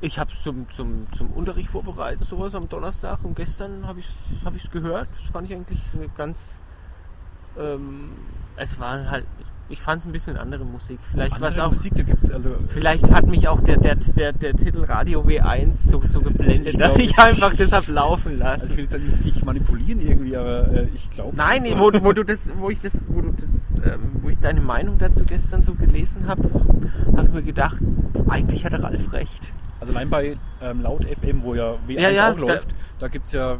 Speaker 2: Ich habe zum, zum, zum Unterricht vorbereitet, sowas am Donnerstag und gestern habe ich es hab ich's gehört. Das fand ich eigentlich eine ganz. Ähm, es war halt. Ich fand es ein bisschen andere Musik. Vielleicht war's
Speaker 1: Andere
Speaker 2: auch.
Speaker 1: Musik, da gibt's also.
Speaker 2: Vielleicht hat mich auch der, der, der, der Titel Radio W1 so, so geblendet,
Speaker 1: Ich
Speaker 2: dass
Speaker 1: glaub,
Speaker 2: ich einfach das hab laufen
Speaker 1: Also
Speaker 2: lasse.
Speaker 1: ich will jetzt nicht dich manipulieren irgendwie, aber äh, ich glaube.
Speaker 2: Nein, wo, wo du das, wo ich das, wo du das, ähm, wo ich deine Meinung dazu gestern so gelesen habe, habe ich mir gedacht, eigentlich hat der Ralf recht.
Speaker 1: Also allein bei ähm, Laut FM, wo ja W1
Speaker 2: Ja, ja,
Speaker 1: auch
Speaker 2: da-
Speaker 1: läuft, da, gibt es ja, äh,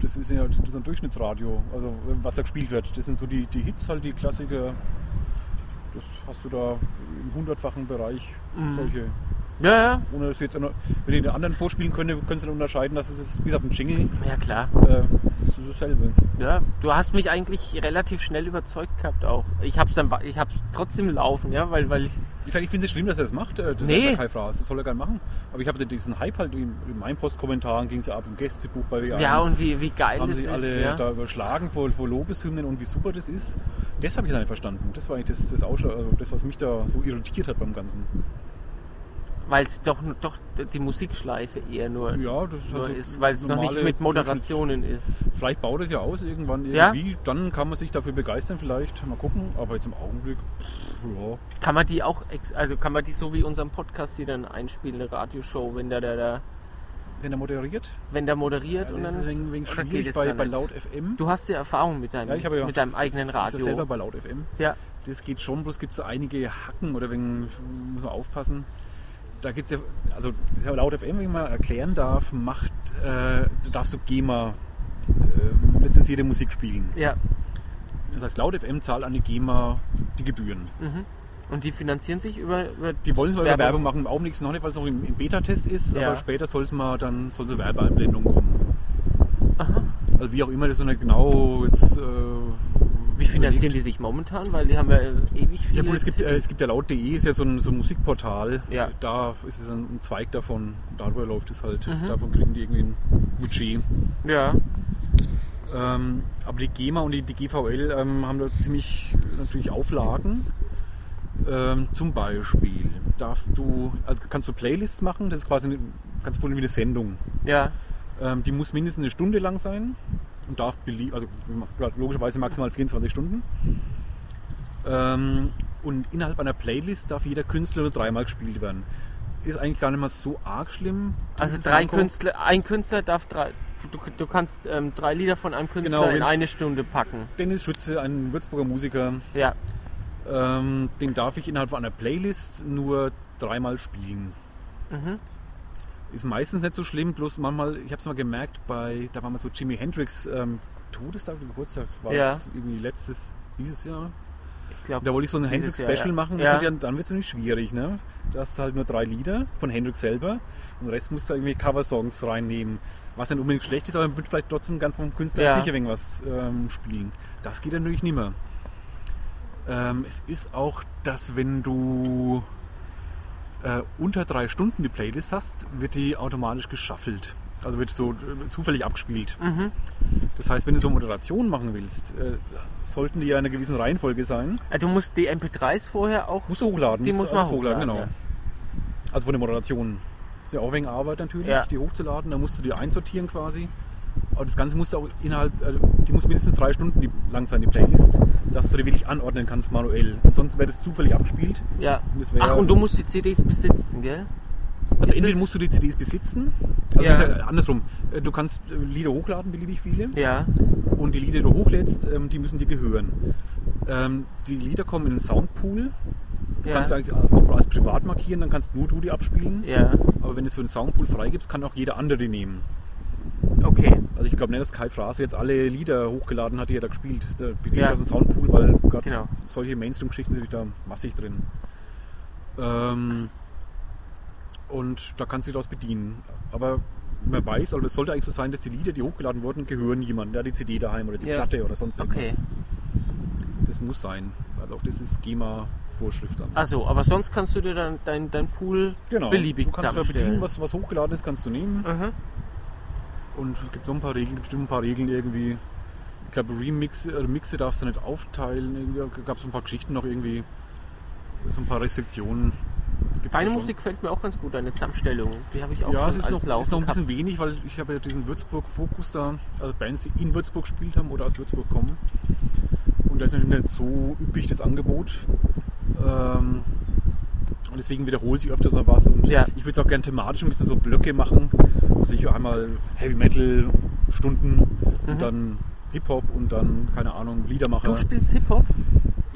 Speaker 1: das ist ja so ein Durchschnittsradio, also äh, was da gespielt wird. Das sind so die, die Hits halt, die Klassiker. Das hast du da im hundertfachen Bereich
Speaker 2: Mhm.
Speaker 1: solche.
Speaker 2: Ja,
Speaker 1: Ohne dass du jetzt, eine- wenn ihr den anderen vorspielen könnt, könntest du dann unterscheiden, dass es ist bis auf den Jingle
Speaker 2: ja, ja klar.
Speaker 1: äh, ist es dasselbe.
Speaker 2: Ja, du hast mich eigentlich relativ schnell überzeugt gehabt auch. Ich hab's dann, wa- ich hab's trotzdem laufen, ja, weil, weil ich
Speaker 1: Ich sage, ich finde es schlimm, dass er das macht. äh, Das
Speaker 2: Nee.
Speaker 1: ist ja keine Phrase, das soll er gerne machen. Aber ich habe den- diesen Hype halt in, in meinen Postkommentaren ging es ja ab im Gästebuch bei WA1.
Speaker 2: Ja, und wie, wie geil
Speaker 1: haben
Speaker 2: das
Speaker 1: sich
Speaker 2: ist.
Speaker 1: alle
Speaker 2: ja.
Speaker 1: da überschlagen vor, vor Lobeshymnen und wie super das ist. Das habe ich dann nicht verstanden. Das war eigentlich das, das, Ausschlag, also das, was mich da so irritiert hat beim Ganzen.
Speaker 2: Weil es doch, doch die Musikschleife eher nur,
Speaker 1: Ja, das
Speaker 2: nur
Speaker 1: hat so
Speaker 2: ist, weil es noch nicht
Speaker 1: normale
Speaker 2: mit Moderationen ist.
Speaker 1: Vielleicht baut es ja aus irgendwann
Speaker 2: Ja?
Speaker 1: irgendwie. Dann kann man sich dafür begeistern vielleicht. Mal gucken. Aber jetzt im Augenblick, pff, ja.
Speaker 2: Kann man die auch, ex- also kann man die so wie unseren Podcast hier dann einspielen, eine Radioshow, wenn der, der, der,
Speaker 1: Wenn er moderiert,
Speaker 2: wenn der moderiert
Speaker 1: ja,
Speaker 2: und
Speaker 1: das ist
Speaker 2: dann.
Speaker 1: ein wenig- wenig
Speaker 2: oder geht
Speaker 1: schwierig
Speaker 2: es
Speaker 1: bei,
Speaker 2: dann
Speaker 1: bei
Speaker 2: nicht?
Speaker 1: Laut FM.
Speaker 2: Du hast ja Erfahrung mit deinem,
Speaker 1: Ja, ich habe ja
Speaker 2: mit deinem
Speaker 1: das-
Speaker 2: eigenen
Speaker 1: das Ist
Speaker 2: Radio.
Speaker 1: ja selber bei Laut FM.
Speaker 2: ja,
Speaker 1: Das geht schon, bloß gibt es einige Hacken oder wegen, muss man aufpassen. Da gibt es ja, also laut FM, wenn ich mal erklären darf, macht, äh, darfst du GEMA äh, lizenzierte Musik spielen.
Speaker 2: ja.
Speaker 1: Das heißt, laut FM zahlt an die GEMA die Gebühren.
Speaker 2: Mhm. Und die finanzieren sich über, über
Speaker 1: Die wollen es mal über
Speaker 2: Werbung.
Speaker 1: Werbung machen, im Augenblick ist es noch nicht, weil es noch im, im Beta-Test ist,
Speaker 2: Ja.
Speaker 1: aber später soll es mal, dann soll eine Werbeeinblendung kommen.
Speaker 2: Aha.
Speaker 1: Also wie auch immer das so nicht genau jetzt... Äh,
Speaker 2: Wie
Speaker 1: überlegt.
Speaker 2: finanzieren die sich momentan? Weil die haben ja äh, ewig viele.
Speaker 1: Ja gut, es gibt, äh, es gibt ja laut.de, ist ja so ein, so ein Musikportal.
Speaker 2: Ja.
Speaker 1: Da ist es ein, ein Zweig davon. Darüber läuft es halt.
Speaker 2: Mhm.
Speaker 1: Davon kriegen die irgendwie ein Budget.
Speaker 2: ja.
Speaker 1: Ähm, aber die GEMA und die, die GVL ähm, haben da ziemlich natürlich Auflagen. Ähm, zum Beispiel darfst du, also kannst du Playlists machen, das ist quasi eine, kannst du wie eine Sendung.
Speaker 2: ja,
Speaker 1: Ähm, die muss mindestens eine Stunde lang sein und darf belieb, also logischerweise maximal 24 Stunden. Ähm, und innerhalb einer Playlist darf jeder Künstler nur dreimal gespielt werden. Ist eigentlich gar nicht mal so arg schlimm.
Speaker 2: Also
Speaker 1: dieses
Speaker 2: drei
Speaker 1: Manko.
Speaker 2: Künstler, ein Künstler darf drei. Du, du kannst ähm, drei Lieder von einem Künstler
Speaker 1: Genau,
Speaker 2: in
Speaker 1: wenn's-
Speaker 2: eine Stunde packen.
Speaker 1: Dennis Schütze, ein Würzburger Musiker,
Speaker 2: Ja.
Speaker 1: ähm, den darf ich innerhalb einer Playlist nur dreimal spielen.
Speaker 2: Mhm.
Speaker 1: Ist meistens nicht so schlimm, bloß manchmal, ich habe es mal gemerkt, bei, da war mal so Jimi Hendrix ähm, Todestag oder Geburtstag, war
Speaker 2: Ja.
Speaker 1: es irgendwie letztes, dieses Jahr,
Speaker 2: Ich glaube.
Speaker 1: Da wollte ich so ein
Speaker 2: Dieses
Speaker 1: Hendrix-Special
Speaker 2: Jahr, ja.
Speaker 1: machen,
Speaker 2: Ja.
Speaker 1: das wird ja, dann wird es nämlich schwierig. Ne? Da hast du halt nur drei Lieder von Hendrix selber und den Rest musst du irgendwie Coversongs reinnehmen. Was nicht unbedingt schlecht ist, aber man wird vielleicht trotzdem ganz vom Künstler
Speaker 2: Ja.
Speaker 1: sicher wegen was ähm, spielen. Das geht natürlich nicht mehr. Ähm, es ist auch, dass wenn du äh, unter drei Stunden die Playlist hast, wird die automatisch geschaffelt. Also wird so äh, zufällig abgespielt.
Speaker 2: Mhm.
Speaker 1: Das heißt, wenn du so Moderation machen willst, äh, sollten die ja in einer gewissen Reihenfolge sein.
Speaker 2: Äh, Du musst die MP3s vorher auch.
Speaker 1: Musst du hochladen.
Speaker 2: Die
Speaker 1: musst
Speaker 2: muss
Speaker 1: du
Speaker 2: man
Speaker 1: alles
Speaker 2: hochladen,
Speaker 1: genau. Also von der Moderation. Ist ja auch wegen Arbeit natürlich,
Speaker 2: Ja.
Speaker 1: die hochzuladen. Da musst du die einsortieren quasi. Aber das Ganze musst du auch innerhalb, also die muss mindestens drei Stunden die- lang sein, die Playlist, dass du die wirklich anordnen kannst manuell. Ansonsten wird es zufällig abgespielt.
Speaker 2: Ja.
Speaker 1: Und das wär-
Speaker 2: Ach, und du musst die CDs besitzen, gell?
Speaker 1: Also
Speaker 2: Ist
Speaker 1: entweder
Speaker 2: das-
Speaker 1: musst du die CDs besitzen, also
Speaker 2: Ja.
Speaker 1: ist ja andersrum. Äh, Du kannst äh, Lieder hochladen, beliebig viele.
Speaker 2: Ja.
Speaker 1: Und die Lieder, die du hochlädst, ähm, die müssen dir gehören. Ähm, Die Lieder kommen in den Soundpool. Du
Speaker 2: Ja.
Speaker 1: kannst du eigentlich auch als privat markieren, dann kannst nur du die abspielen.
Speaker 2: ja.
Speaker 1: Aber wenn du es für den Soundpool freigibst, kann auch jeder andere die nehmen.
Speaker 2: Okay.
Speaker 1: Also ich glaube nicht, dass Kai Frase jetzt alle Lieder hochgeladen hat, die er da gespielt. Das ist der Begriff
Speaker 2: Ja.
Speaker 1: aus dem Soundpool, weil gerade
Speaker 2: Genau.
Speaker 1: solche Mainstream-Geschichten sind da massig drin. Ähm, und da kannst du dich daraus bedienen. Aber man weiß, aber es sollte eigentlich so sein, dass die Lieder, die hochgeladen wurden, gehören jemandem. Ja, die CD daheim oder die
Speaker 2: Ja.
Speaker 1: Platte oder sonst irgendwas.
Speaker 2: Okay.
Speaker 1: Das muss sein. Also auch das ist GEMA-Vorschrift dann. Genau.
Speaker 2: Also, aber sonst kannst du dir dann dein, dein Pool beliebig
Speaker 1: du kannst da
Speaker 2: zusammenstellen.
Speaker 1: bedienen, was, was hochgeladen ist, kannst du nehmen.
Speaker 2: Aha.
Speaker 1: Und es gibt so ein paar Regeln, bestimmt ein paar Regeln irgendwie. Ich glaube, Remixe oder Mixe darfst du nicht aufteilen. Irgendwie gab es so ein paar Geschichten noch irgendwie. So ein paar Restriktionen. Gibt's
Speaker 2: Deine
Speaker 1: ja schon.
Speaker 2: Musik gefällt mir auch ganz gut, deine Zusammenstellung. Die habe ich auch
Speaker 1: Ja, es
Speaker 2: schon
Speaker 1: ist
Speaker 2: als
Speaker 1: noch,
Speaker 2: Laufen
Speaker 1: ist noch ein bisschen
Speaker 2: gehabt.
Speaker 1: wenig, weil ich habe ja diesen Würzburg-Fokus da, also Bands, die in Würzburg gespielt haben oder aus Würzburg kommen. Und da ist natürlich nicht so üppig das Angebot. Ähm, und deswegen wiederholt sich öfters mal was. Und
Speaker 2: Ja.
Speaker 1: ich würde es auch gerne thematisch ein bisschen so Blöcke machen. Also ich einmal Heavy Metal, Stunden
Speaker 2: Mhm.
Speaker 1: und dann Hip-Hop und dann, keine Ahnung,
Speaker 2: Du
Speaker 1: Liedermacher.
Speaker 2: spielst Hip-Hop?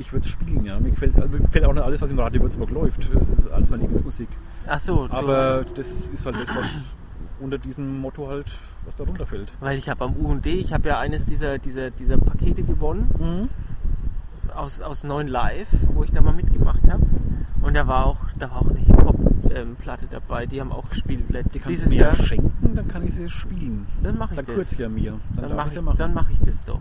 Speaker 1: Ich würde es spielen, ja. Mir gefällt, also mir gefällt auch nicht alles, was im Radio Würzburg läuft. Das ist alles meine Lieblingsmusik.
Speaker 2: Ach so, du
Speaker 1: Aber das ist halt das, was unter diesem Motto halt, was da runterfällt.
Speaker 2: Weil ich habe am U&D, ich habe ja eines dieser, dieser, dieser Pakete gewonnen aus, aus 9 Live, wo ich da mal mitgemacht habe. Und da war auch, da war auch eine Hip-Hop-Platte dabei, die haben auch gespielt
Speaker 1: Die
Speaker 2: letztes
Speaker 1: kannst du
Speaker 2: dieses
Speaker 1: mir
Speaker 2: Jahr.
Speaker 1: schenken, dann kann ich sie spielen.
Speaker 2: Dann mache ich
Speaker 1: Dann
Speaker 2: das.
Speaker 1: kürzt ja mir. Dann,
Speaker 2: Dann
Speaker 1: darf
Speaker 2: mache
Speaker 1: ich's
Speaker 2: ich,
Speaker 1: ja machen.
Speaker 2: dann mach ich das doch.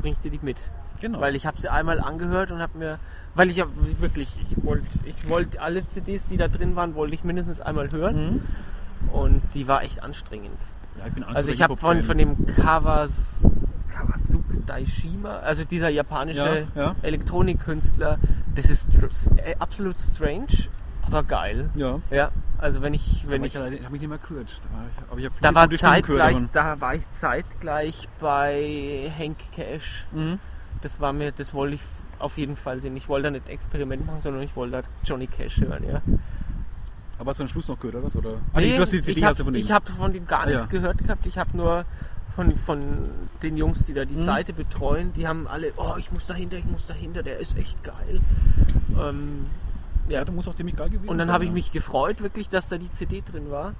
Speaker 2: bringe ich dir die mit.
Speaker 1: Genau.
Speaker 2: Weil ich habe sie einmal angehört und habe mir, weil ich ja wirklich, ich wollte ich wollt alle CDs, die da drin waren, wollte ich mindestens einmal hören
Speaker 1: Mhm.
Speaker 2: und die war echt anstrengend.
Speaker 1: ja, ich bin
Speaker 2: Also
Speaker 1: absoluter
Speaker 2: ich habe von,
Speaker 1: Hip-Hop-Fan.
Speaker 2: von dem Kawas, Kawasuke Daishima, also dieser japanische
Speaker 1: Ja, ja.
Speaker 2: Elektronikkünstler, das ist str- äh, absolut strange, aber geil.
Speaker 1: Ja.
Speaker 2: Ja, also wenn ich, wenn
Speaker 1: Aber
Speaker 2: ich,
Speaker 1: ich halt habe mich nicht mehr gehört. Aber ich habe
Speaker 2: da war
Speaker 1: gleich
Speaker 2: zeitgleich, da war ich zeitgleich bei Hank Cash.
Speaker 1: Mhm.
Speaker 2: Das war mir, das wollte ich auf jeden Fall sehen. Ich wollte da nicht ein Experiment machen, sondern ich wollte da Johnny Cash hören, ja.
Speaker 1: Aber hast du den Schluss noch gehört, oder was? Oder? Ah, nee,
Speaker 2: Nee,
Speaker 1: du hast die CD
Speaker 2: ich hab-
Speaker 1: hast du von dem.
Speaker 2: Ich habe von dem gar
Speaker 1: Ah,
Speaker 2: nichts
Speaker 1: ja.
Speaker 2: gehört gehabt. Ich habe nur von, von den Jungs, die da die
Speaker 1: Mhm.
Speaker 2: Seite betreuen, die haben alle, oh, ich muss dahinter, ich muss dahinter, der ist echt geil. Ähm, ja.
Speaker 1: ja, der muss auch ziemlich geil gewesen
Speaker 2: Und dann
Speaker 1: sein,
Speaker 2: habe ich
Speaker 1: ja.
Speaker 2: mich gefreut, wirklich, dass da die CD drin war.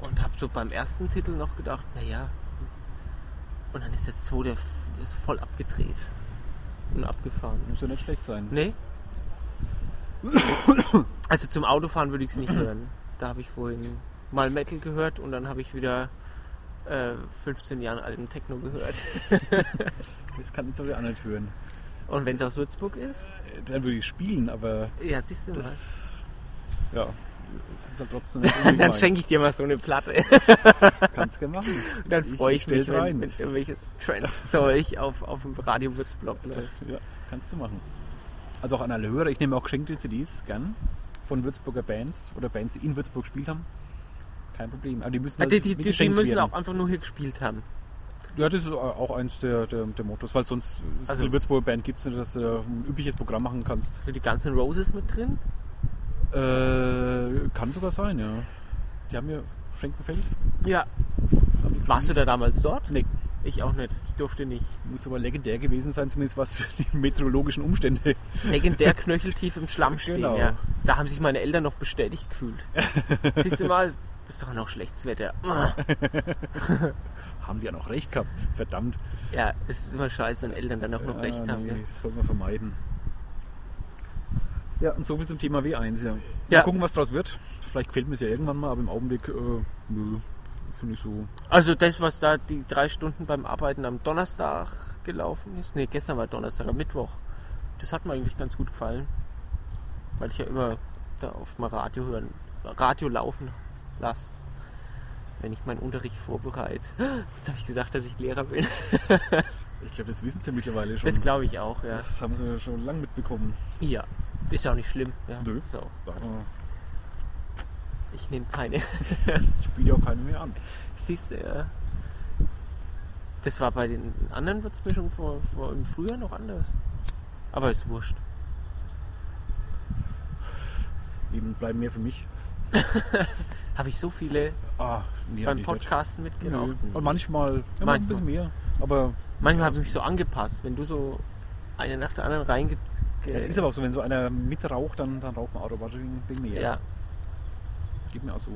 Speaker 2: Und habe so beim ersten Titel noch gedacht, naja. Und dann ist das so, der das ist voll abgedreht. Und abgefahren.
Speaker 1: Muss ja nicht schlecht sein.
Speaker 2: Nee? also zum Autofahren würde ich es nicht hören. Da habe ich vorhin mal Metal gehört und dann habe ich wieder äh, 15 Jahre alten Techno gehört.
Speaker 1: Das kann ich so wieder nicht hören.
Speaker 2: Und wenn es aus Würzburg ist?
Speaker 1: Äh, Dann würde ich spielen, aber
Speaker 2: Ja, siehst du mal.
Speaker 1: das. Ja. Das ist halt trotzdem.
Speaker 2: Dann schenke ich dir mal so eine Platte.
Speaker 1: Kannst gerne machen.
Speaker 2: Dann freue ich, mich,
Speaker 1: stell's
Speaker 2: wenn,
Speaker 1: rein.
Speaker 2: wenn irgendwelches Trends-Zeug auf, auf dem Radio Würzblock läuft. Ah,
Speaker 1: Ja, kannst du machen. Also auch an alle Hörer, ich nehme auch geschenkte CDs gern von Würzburger Bands oder Bands, die in Würzburg gespielt haben. Kein Problem. Aber die müssen halt
Speaker 2: Ah, die die,
Speaker 1: mir
Speaker 2: die, die
Speaker 1: geschenkt
Speaker 2: müssen
Speaker 1: werden.
Speaker 2: auch einfach nur hier gespielt haben.
Speaker 1: Ja, das ist auch eins der, der, der Mottos, weil sonst so
Speaker 2: Also-
Speaker 1: also, Würzburger Band gibt es nicht, dass du da ein übliches Programm machen kannst.
Speaker 2: Also die ganzen Roses mit drin.
Speaker 1: Äh, kann sogar sein, ja. Die haben ja Schenkenfeld.
Speaker 2: Ja.
Speaker 1: haben die
Speaker 2: Warst du
Speaker 1: gespielt.
Speaker 2: da damals dort?
Speaker 1: Nee,
Speaker 2: Ich auch nicht. Ich durfte nicht.
Speaker 1: muss aber legendär gewesen sein, zumindest was die meteorologischen Umstände.
Speaker 2: Legendär knöcheltief im Schlamm stehen.
Speaker 1: Genau.
Speaker 2: Ja. Da haben sich meine Eltern noch bestätigt gefühlt. Siehst du mal, ist doch noch schlechtes Wetter. Ah.
Speaker 1: Haben wir ja noch recht gehabt. Verdammt.
Speaker 2: Ja, es ist immer scheiße, wenn Eltern dann auch noch
Speaker 1: Ja,
Speaker 2: recht haben.
Speaker 1: nee,
Speaker 2: gell?
Speaker 1: Das sollten wir vermeiden. Ja, und so viel zum Thema W1. Ja.
Speaker 2: Ja.
Speaker 1: Mal gucken, was draus wird. Vielleicht gefällt mir es ja irgendwann mal, aber im Augenblick, äh, nö, finde ich so.
Speaker 2: Also das, was da die drei Stunden beim Arbeiten am Donnerstag gelaufen ist. Nee, gestern war Donnerstag, am Mittwoch. Das hat mir eigentlich ganz gut gefallen. Weil ich ja immer da oft mal Radio hören, Radio laufen lasse. Wenn ich meinen Unterricht vorbereite. Jetzt habe ich gesagt, dass ich Lehrer bin.
Speaker 1: Ich glaube, das wissen sie mittlerweile schon.
Speaker 2: Das glaube ich auch, ja.
Speaker 1: Das haben sie schon lange mitbekommen.
Speaker 2: Ja, ist ja auch nicht schlimm. Ja.
Speaker 1: Nö.
Speaker 2: So,
Speaker 1: Aber
Speaker 2: ich nehme keine.
Speaker 1: ich biete auch keine mehr an.
Speaker 2: Siehst du, ja. Das war bei den anderen Würzmischungen vor, vor im Frühjahr noch anders. Aber ist wurscht.
Speaker 1: Eben bleiben mehr für mich.
Speaker 2: Habe ich so viele
Speaker 1: Ah, nee,
Speaker 2: beim
Speaker 1: nicht.
Speaker 2: Podcasten
Speaker 1: Genau.
Speaker 2: mitgenommen.
Speaker 1: Und manchmal, ja, manchmal
Speaker 2: Manchmal.
Speaker 1: ein bisschen mehr. Aber
Speaker 2: Manchmal habe ich mich so angepasst, wenn du so eine nach der anderen reinge...
Speaker 1: es ist aber auch so, wenn so einer mitraucht, dann, dann raucht man automatisch wegen, wegen mir.
Speaker 2: Ja,
Speaker 1: Geht mir auch so.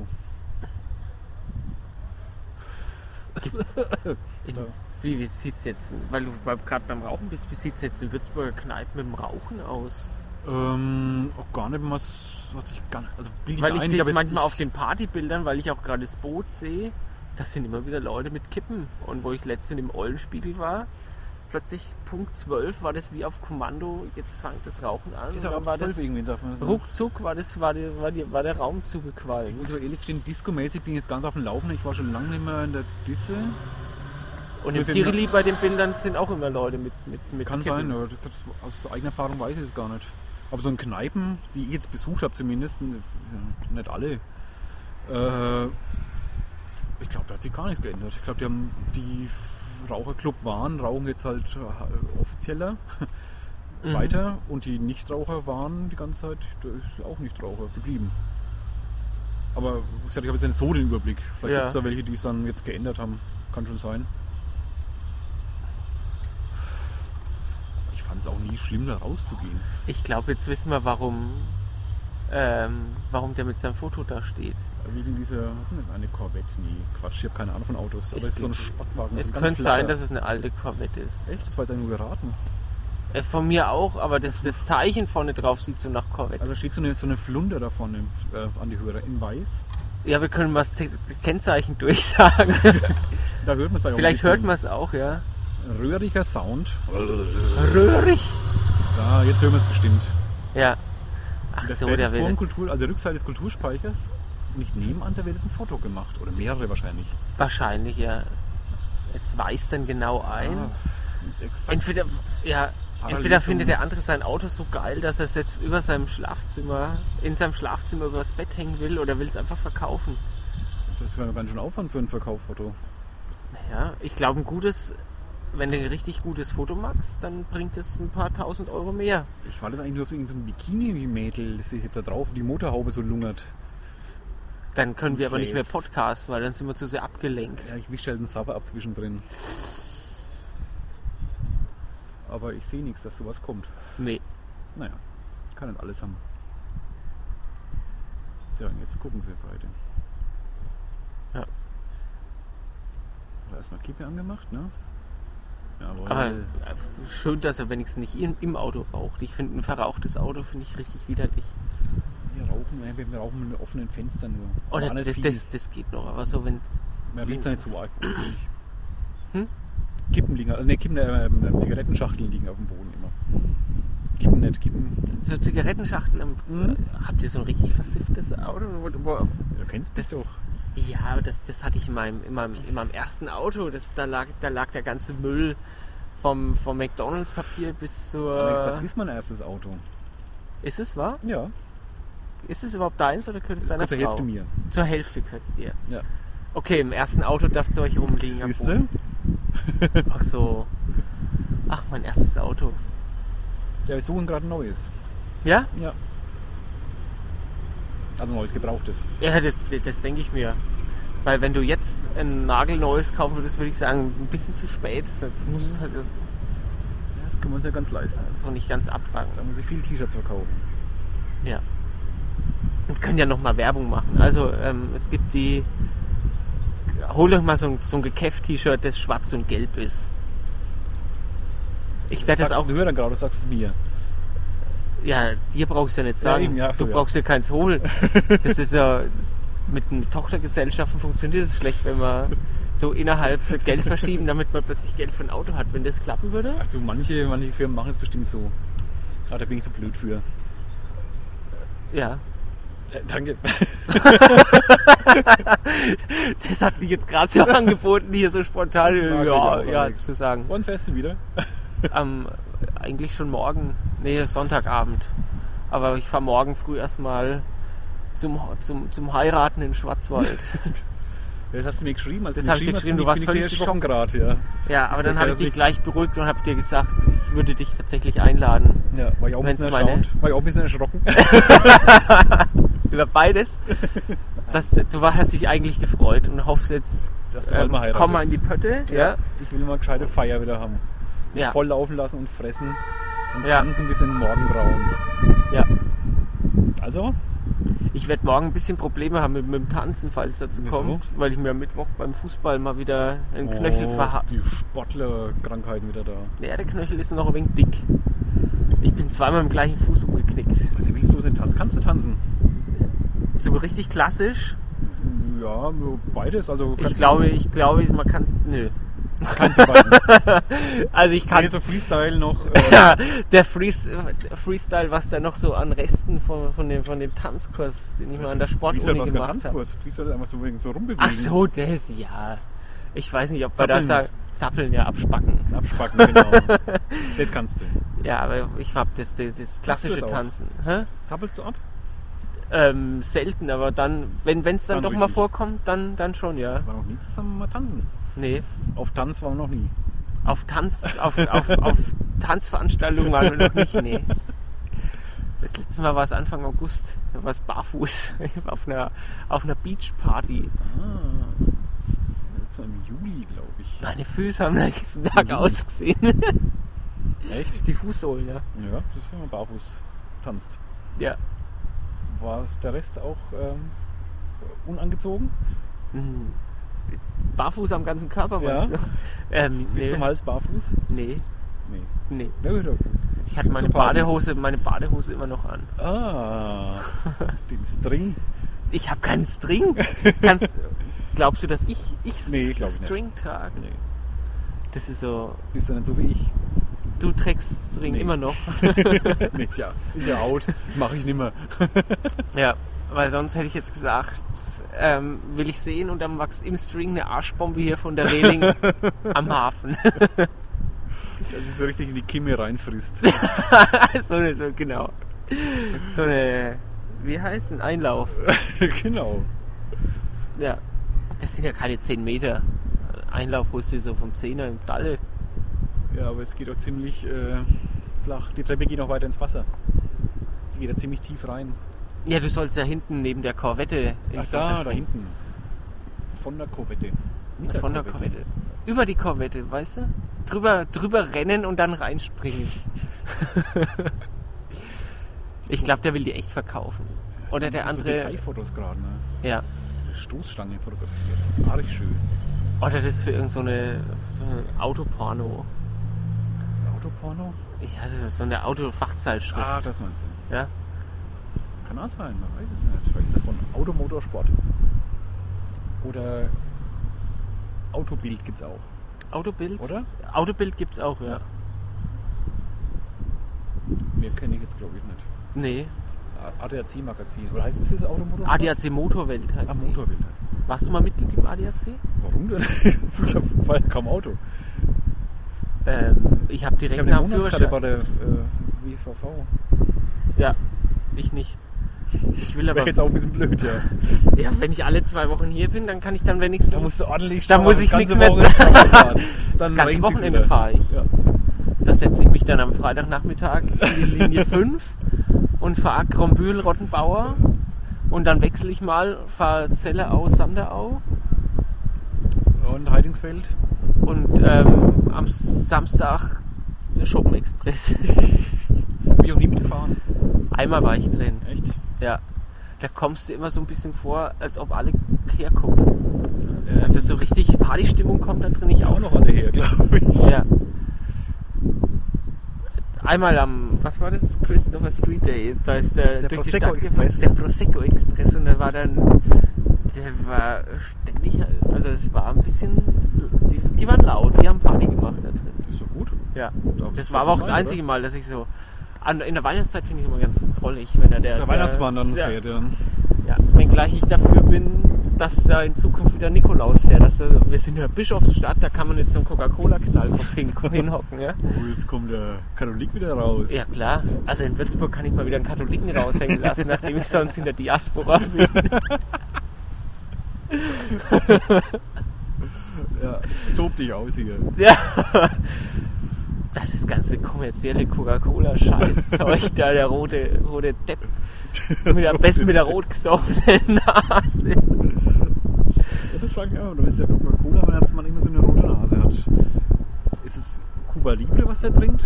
Speaker 2: in,
Speaker 1: Ja.
Speaker 2: wie, wie sieht es jetzt, weil du beim- gerade beim Rauchen bist, wie sieht es jetzt in Würzburger Kneipen mit dem Rauchen aus?
Speaker 1: Ähm, auch gar nicht mal, so- hat sich gar nicht, also bild ich
Speaker 2: Weil
Speaker 1: mir
Speaker 2: ich
Speaker 1: ein,
Speaker 2: sehe es
Speaker 1: habe jetzt-
Speaker 2: manchmal
Speaker 1: ich-
Speaker 2: auf den Partybildern, weil ich auch gerade das Boot sehe, das sind immer wieder Leute mit Kippen. Und wo ich letztens im Eulenspiegel war, plötzlich Punkt 12 war das wie auf Kommando, jetzt fängt das Rauchen an.
Speaker 1: Ist
Speaker 2: Und
Speaker 1: auch
Speaker 2: dann
Speaker 1: ab
Speaker 2: war
Speaker 1: 12
Speaker 2: das,
Speaker 1: irgendwie, darf man das nicht.
Speaker 2: ruckzuck war, das, war, die, war, die, war der Raum
Speaker 1: Ich
Speaker 2: zugequallen.
Speaker 1: muss aber Also ehrlich gestehen, disco-mäßig bin ich jetzt ganz auf dem Laufen. Ich war schon lange nicht mehr in der Disse.
Speaker 2: Und im
Speaker 1: Wir sind-
Speaker 2: Tirili bei den Bildern sind auch immer Leute mit mit, mit
Speaker 1: Kann
Speaker 2: Kippen.
Speaker 1: sein, aber das, aus eigener Erfahrung weiß ich es gar nicht. Aber so in Kneipen, die ich jetzt besucht habe zumindest, n- ja, nicht alle, äh, ich glaube, da hat sich gar nichts geändert. Ich glaube, die haben die Raucherclub waren, rauchen jetzt halt äh, offizieller
Speaker 2: Mhm.
Speaker 1: weiter und die Nichtraucher waren die ganze Zeit, da ist auch Nichtraucher geblieben. Aber wie gesagt, ich habe jetzt nicht so den Überblick. Vielleicht
Speaker 2: Ja.
Speaker 1: gibt es da welche, die es dann jetzt geändert haben. Kann schon sein. Ich fand es auch nie schlimm, da rauszugehen.
Speaker 2: Ich glaube, jetzt wissen wir, warum, ähm, warum der mit seinem Foto da steht.
Speaker 1: Wegen dieser, was ist denn das, eine Corvette? Nee, Quatsch, ich habe keine Ahnung von Autos. Aber
Speaker 2: Ich
Speaker 1: es ist so ein
Speaker 2: bin-
Speaker 1: Sportwagen.
Speaker 2: es
Speaker 1: so ein ganz
Speaker 2: könnte sein,
Speaker 1: flacher.
Speaker 2: dass es eine alte Corvette ist.
Speaker 1: Echt? Das war jetzt einfach nur geraten.
Speaker 2: Äh, Von mir auch, aber das, das Zeichen vorne drauf sieht so nach Corvette.
Speaker 1: Also steht so eine, so eine Flunder da vorne äh, an die Hörer in weiß.
Speaker 2: ja, wir können mal das Te- Kennzeichen durchsagen.
Speaker 1: Da hört man es
Speaker 2: Vielleicht hört man es auch, ja.
Speaker 1: röhriger Sound.
Speaker 2: Röhrig.
Speaker 1: Da, jetzt hören wir es bestimmt.
Speaker 2: Ja. Ach
Speaker 1: Der
Speaker 2: so,
Speaker 1: Feld
Speaker 2: der
Speaker 1: ist vor
Speaker 2: will.
Speaker 1: dem Kultur, also der Rückseite des Kulturspeichers. Nicht nebenan, da wird jetzt ein Foto gemacht. Oder mehrere wahrscheinlich.
Speaker 2: Wahrscheinlich, ja. Es weist dann genau ein.
Speaker 1: Ah, ist exakt.
Speaker 2: Entweder, ja,
Speaker 1: Parallel
Speaker 2: entweder
Speaker 1: zum-
Speaker 2: findet der andere sein Auto so geil, dass er es jetzt über seinem Schlafzimmer, in seinem Schlafzimmer übers Bett hängen will oder will es einfach verkaufen.
Speaker 1: Das wäre ganz schön Aufwand für ein Verkaufsfoto.
Speaker 2: Ja, ich glaube, ein gutes, wenn du ein richtig gutes Foto machst, dann bringt es ein paar tausend Euro mehr.
Speaker 1: Ich war das eigentlich nur auf irgendeinem Bikini-Mädel, das sich jetzt da drauf die Motorhaube so lungert.
Speaker 2: Dann können wir aber nicht mehr
Speaker 1: Yes.
Speaker 2: podcasten, weil dann sind wir zu sehr abgelenkt.
Speaker 1: Ja, ich wische halt einen Sabber ab zwischendrin. Aber ich sehe nichts, dass sowas kommt.
Speaker 2: Nee.
Speaker 1: Naja, kann nicht alles haben. Ja, und jetzt gucken sie beide.
Speaker 2: Ja.
Speaker 1: Hat er erstmal Kippe angemacht, ne? Jawohl.
Speaker 2: Aber äh, schön, dass er wenigstens nicht im, im Auto raucht. Ich finde, ein verrauchtes Auto finde ich richtig widerlich.
Speaker 1: Wir rauchen, ja, wir rauchen mit offenen Fenstern nur.
Speaker 2: Oder
Speaker 1: Aber nicht
Speaker 2: Oh, das,
Speaker 1: viel.
Speaker 2: das, das geht noch, aber so, wenn
Speaker 1: Man riecht es nicht so arg natürlich.
Speaker 2: Hm?
Speaker 1: Kippen liegen, also ne, Kippen, äh, ähm, Zigarettenschachteln liegen auf dem Boden immer. Kippen nicht, Kippen.
Speaker 2: so Zigarettenschachteln am.
Speaker 1: Mhm.
Speaker 2: Habt ihr so ein richtig versifftes Auto? Wo- wo-
Speaker 1: Ja, Du kennst mich doch.
Speaker 2: Ja, aber das, das hatte ich in meinem, in meinem, in meinem ersten Auto. Das, da, lag, da lag der ganze Müll vom, vom McDonalds-Papier bis zur.
Speaker 1: Alex, das ist mein erstes Auto.
Speaker 2: Ist es wahr?
Speaker 1: Ja,
Speaker 2: Ist es überhaupt deins oder gehört es
Speaker 1: das ist
Speaker 2: deiner
Speaker 1: kurz zur
Speaker 2: Frau?
Speaker 1: Hälfte mir.
Speaker 2: Zur Hälfte gehört es dir.
Speaker 1: Ja.
Speaker 2: Okay, im ersten Auto darf zu euch rumliegen. am
Speaker 1: Siehst
Speaker 2: Boden.
Speaker 1: du?
Speaker 2: Ach so. Ach, mein erstes Auto.
Speaker 1: Ja, wir suchen gerade ein neues.
Speaker 2: Ja?
Speaker 1: Ja. Also neues Gebrauchtes.
Speaker 2: Ja, das, das denke ich mir. Weil wenn du jetzt ein nagelneues kaufen würdest, würde ich sagen, ein bisschen zu spät. Sonst muss es halt so-
Speaker 1: Ja, Das können wir uns ja ganz leisten.
Speaker 2: so nicht ganz abfangen.
Speaker 1: Da muss ich viel T-Shirts verkaufen.
Speaker 2: Ja. Und können ja nochmal Werbung machen. Also ähm, es gibt die. Hol euch mal so ein, so ein Gekeft-T-Shirt, das schwarz und gelb ist. Ich werde das
Speaker 1: sagst
Speaker 2: auch.
Speaker 1: du hören gerade, du sagst es mir.
Speaker 2: Ja, dir brauchst du ja nicht sagen.
Speaker 1: eben, ja, ach so,
Speaker 2: du
Speaker 1: ja.
Speaker 2: brauchst dir keins holen. Das ist ja. Mit den Tochtergesellschaften funktioniert es schlecht, wenn man so innerhalb Geld verschieben, damit man plötzlich Geld für ein Auto hat. Wenn das klappen würde,
Speaker 1: Ach du, manche, manche Firmen machen es bestimmt so. Ah, da bin ich so blöd für.
Speaker 2: ja.
Speaker 1: Äh, danke.
Speaker 2: Das hat sich jetzt gerade so angeboten, hier so spontan
Speaker 1: Mag ich
Speaker 2: ja,
Speaker 1: auch,
Speaker 2: ja,
Speaker 1: Alex.
Speaker 2: zu sagen.
Speaker 1: Wann fährst du wieder?
Speaker 2: am eigentlich schon morgen, nee, Sonntagabend. Aber ich fahre morgen früh erstmal zum, zum, zum Heiraten in Schwarzwald.
Speaker 1: Das hast du mir geschrieben, als
Speaker 2: Das
Speaker 1: du
Speaker 2: hab ich
Speaker 1: mir
Speaker 2: dir
Speaker 1: geschrieben hast, bin
Speaker 2: geschrieben, du warst
Speaker 1: ich, bin ich
Speaker 2: völlig
Speaker 1: sehr erschrocken gerade, ja.
Speaker 2: ja, aber
Speaker 1: Ist
Speaker 2: dann
Speaker 1: ja
Speaker 2: habe
Speaker 1: klar,
Speaker 2: ich dich
Speaker 1: dass
Speaker 2: gleich beruhigt und habe dir gesagt, ich würde dich tatsächlich einladen.
Speaker 1: Ja, war ich auch ein
Speaker 2: Wenn's
Speaker 1: bisschen
Speaker 2: meine-
Speaker 1: erstaunt. War ich auch ein bisschen erschrocken.
Speaker 2: Über beides. Das, du war- hast dich eigentlich gefreut und hoffst jetzt, ähm,
Speaker 1: Dass du bald Ähm, mal heiratest.
Speaker 2: komm mal in die Pötte. Ja.
Speaker 1: Ich will mal gescheite Feier wieder haben. Nicht
Speaker 2: Ja.
Speaker 1: voll laufen lassen und fressen und
Speaker 2: Ja.
Speaker 1: tanzen bis in den Morgengrauen.
Speaker 2: ja.
Speaker 1: Also,
Speaker 2: Ich werde morgen ein bisschen Probleme haben mit, mit dem Tanzen, falls es dazu
Speaker 1: Wieso?
Speaker 2: kommt, weil ich mir am Mittwoch beim Fußball mal wieder einen Knöchel verha
Speaker 1: Oh, die Sportlerkrankheiten wieder da.
Speaker 2: Ja, der Knöchel ist noch ein wenig dick. Ich bin zweimal im gleichen Fuß umgeknickt.
Speaker 1: Also willst du bloß nicht tanzen? Kannst du tanzen?
Speaker 2: So richtig klassisch.
Speaker 1: Ja, beides. Also
Speaker 2: Ich glaube, ich glaube, man kann. Nö.
Speaker 1: kannst du beides.
Speaker 2: Also ich kann.
Speaker 1: Weder so Freestyle noch. Äh,
Speaker 2: Ja, der Freest- Freestyle, was da noch so an Resten von, von, dem, von dem Tanzkurs, den ich mal an der
Speaker 1: äh, Freestyle
Speaker 2: Sportuni
Speaker 1: was kein
Speaker 2: gemacht habe.
Speaker 1: Tanzkurs. Freestyle ist einfach so, wegen so rumbewegen.
Speaker 2: Ach so, das, ja. Ich weiß nicht, ob wir das
Speaker 1: Zappeln.
Speaker 2: sagen. Zappeln, ja, abspacken.
Speaker 1: Abspacken, genau. das kannst du.
Speaker 2: Ja, aber ich hab das, das, das klassische
Speaker 1: das auch?
Speaker 2: Tanzen. Hä?
Speaker 1: Zappelst du ab?
Speaker 2: Ähm, selten, aber dann, wenn es dann,
Speaker 1: Dann
Speaker 2: doch mal
Speaker 1: richtig.
Speaker 2: vorkommt, dann, dann schon, ja.
Speaker 1: War noch nie zusammen mal tanzen.
Speaker 2: Nee.
Speaker 1: Auf Tanz waren wir noch nie.
Speaker 2: Auf Tanz, auf, auf, auf Tanzveranstaltungen waren wir noch nicht, nee. Das letzte Mal war es Anfang August, da war es barfuß auf einer, auf einer Beachparty.
Speaker 1: Ah. Jetzt war im Juli, glaube ich.
Speaker 2: Meine Füße haben den nächsten Tag
Speaker 1: Mhm.
Speaker 2: ausgesehen.
Speaker 1: Echt?
Speaker 2: Die Fußsohlen, ja.
Speaker 1: Ja, das ist, wenn man barfuß tanzt.
Speaker 2: Ja.
Speaker 1: War es der Rest auch ähm, unangezogen?
Speaker 2: Mhm. Barfuß am ganzen Körper,
Speaker 1: Ja.
Speaker 2: meinst du? Ähm,
Speaker 1: Bis
Speaker 2: nee,
Speaker 1: zum Hals barfuß?
Speaker 2: nee,
Speaker 1: Nee.
Speaker 2: nee.
Speaker 1: Na gut, okay.
Speaker 2: Ich hatte meine
Speaker 1: Zu Partys.
Speaker 2: Badehose, meine Badehose immer noch an.
Speaker 1: Ah, den String.
Speaker 2: Ich habe keinen String. Kannst, glaubst du, dass ich, ich
Speaker 1: Nee, glaub ich nicht.
Speaker 2: String trage?
Speaker 1: Nee.
Speaker 2: Das ist so.
Speaker 1: Bist du nicht so wie ich?
Speaker 2: Du trägst Ring
Speaker 1: Nee.
Speaker 2: immer noch.
Speaker 1: Nächstes Jahr. Ist ja out. Mache ich nimmer.
Speaker 2: Ja, weil sonst hätte ich jetzt gesagt, ähm, will ich sehen und dann wachs im String eine Arschbombe hier von der Reling am Hafen.
Speaker 1: Dass es so richtig in die Kimme reinfrisst.
Speaker 2: so eine, so, genau. So eine, wie heißt ein Einlauf?
Speaker 1: genau.
Speaker 2: Ja. Das sind ja keine 10 Meter. Einlauf holst du dir so vom Zehner im Dalle.
Speaker 1: Ja, aber es geht auch ziemlich äh, flach. Die Treppe geht noch weiter ins Wasser. Die geht da ziemlich tief rein.
Speaker 2: Ja, du sollst ja hinten neben der Korvette ins
Speaker 1: Ach,
Speaker 2: Wasser
Speaker 1: da, da
Speaker 2: springen.
Speaker 1: hinten. Von der Korvette. Mit
Speaker 2: Von der Korvette. Über die Korvette, weißt du? Drüber, drüber rennen und dann reinspringen. ich glaube, der will die echt verkaufen. Oder der
Speaker 1: So
Speaker 2: andere.
Speaker 1: Detailfotos gerade, ne?
Speaker 2: Ja.
Speaker 1: Die Stoßstange fotografiert. Arg schön.
Speaker 2: Oder das ist für irgend so eine, so eine Autoporno.
Speaker 1: Autoporno?
Speaker 2: Ja, das ist so eine Autofachzeitschrift.
Speaker 1: Ah, das meinst du.
Speaker 2: ja.
Speaker 1: Kann auch sein, man weiß es nicht. Vielleicht ist davon Automotorsport. Oder Autobild gibt's auch,
Speaker 2: Autobild?
Speaker 1: oder?
Speaker 2: Autobild gibt's auch, ja.
Speaker 1: Ja. Mehr kenne ich jetzt, glaube ich, nicht.
Speaker 2: Nee.
Speaker 1: ADAC-Magazin. Oder heißt ist es Automotorsport?
Speaker 2: ADAC Motorwelt heißt
Speaker 1: Ah,
Speaker 2: sie.
Speaker 1: Motorbild heißt es.
Speaker 2: Warst du mal Mitglied im ADAC?
Speaker 1: Warum denn? ich hab vorher kaum Auto.
Speaker 2: Ähm, ich habe
Speaker 1: Ich
Speaker 2: direkt
Speaker 1: habe
Speaker 2: nach
Speaker 1: eine
Speaker 2: dem
Speaker 1: Monatskarte bei
Speaker 2: Führerschein.
Speaker 1: der äh, WVV.
Speaker 2: Ja, ich nicht. Ich will aber.
Speaker 1: Wäre jetzt auch ein bisschen blöd, ja.
Speaker 2: Ja, wenn ich alle zwei Wochen hier bin, dann kann ich dann wenigstens.
Speaker 1: Da musst du ordentlich
Speaker 2: Da
Speaker 1: sparen,
Speaker 2: muss ich
Speaker 1: das ganze
Speaker 2: nichts mehr
Speaker 1: Wochenende fahren. Dann
Speaker 2: das ganze
Speaker 1: regnet sich's
Speaker 2: Wochenende
Speaker 1: wieder.
Speaker 2: fahre ich.
Speaker 1: Ja.
Speaker 2: Da setze ich mich dann am Freitagnachmittag in die Linie 5 und fahre Krombühl, Rottenbauer. Und dann wechsle ich mal, fahre Zelle aus Sanderau.
Speaker 1: Und Heidingsfeld.
Speaker 2: Und ähm, am Samstag der Shoppen Express.
Speaker 1: Bin ich auch nie mitgefahren.
Speaker 2: Einmal war ich drin.
Speaker 1: Echt?
Speaker 2: Ja. Da kommst du immer so ein bisschen vor, als ob alle hergucken.
Speaker 1: Äh,
Speaker 2: Also so richtig Partystimmung kommt da drin nicht
Speaker 1: ich auch
Speaker 2: auf.
Speaker 1: noch alle her, glaube ich.
Speaker 2: Ja. Einmal am, was war das? Christopher Street Day. Da ist der,
Speaker 1: Der
Speaker 2: durch die
Speaker 1: Prosecco
Speaker 2: Stadt gefahren,
Speaker 1: Express.
Speaker 2: Der Prosecco Express. Und da war dann, der war ständig, also es war ein bisschen, die, die waren laut, die haben Party gemacht da drin.
Speaker 1: Ist doch gut.
Speaker 2: Ja.
Speaker 1: Da ist
Speaker 2: Das
Speaker 1: es
Speaker 2: war
Speaker 1: so
Speaker 2: aber auch
Speaker 1: sein,
Speaker 2: das
Speaker 1: oder?
Speaker 2: einzige Mal, dass ich so. An, in der Weihnachtszeit finde ich es immer ganz drollig, wenn da der.
Speaker 1: Der Weihnachtsmann dann
Speaker 2: äh, ja,
Speaker 1: fährt, ja.
Speaker 2: Ja, wenngleich ich dafür bin, dass da in Zukunft wieder Nikolaus fährt. Dass da, wir sind in der Bischofsstadt, da kann man jetzt so einen Coca-Cola-Knallkopf hin, hinhocken, ja?
Speaker 1: Oh, jetzt kommt der Katholik wieder raus.
Speaker 2: Ja, klar. Also in Würzburg kann ich mal wieder einen Katholiken raushängen lassen, nachdem ich sonst in der Diaspora bin.
Speaker 1: Ja. Tob dich aus hier.
Speaker 2: Ja. Da Das ganze kommerzielle Coca-Cola-Scheißzeug, da der rote, rote Depp. Mit der, am besten mit der rot gesoffenen Nase.
Speaker 1: Ja, das frage ich auch. Du bist ja Coca-Cola, weil man immer so eine rote Nase hat. Ist es Cuba Libre, was der trinkt?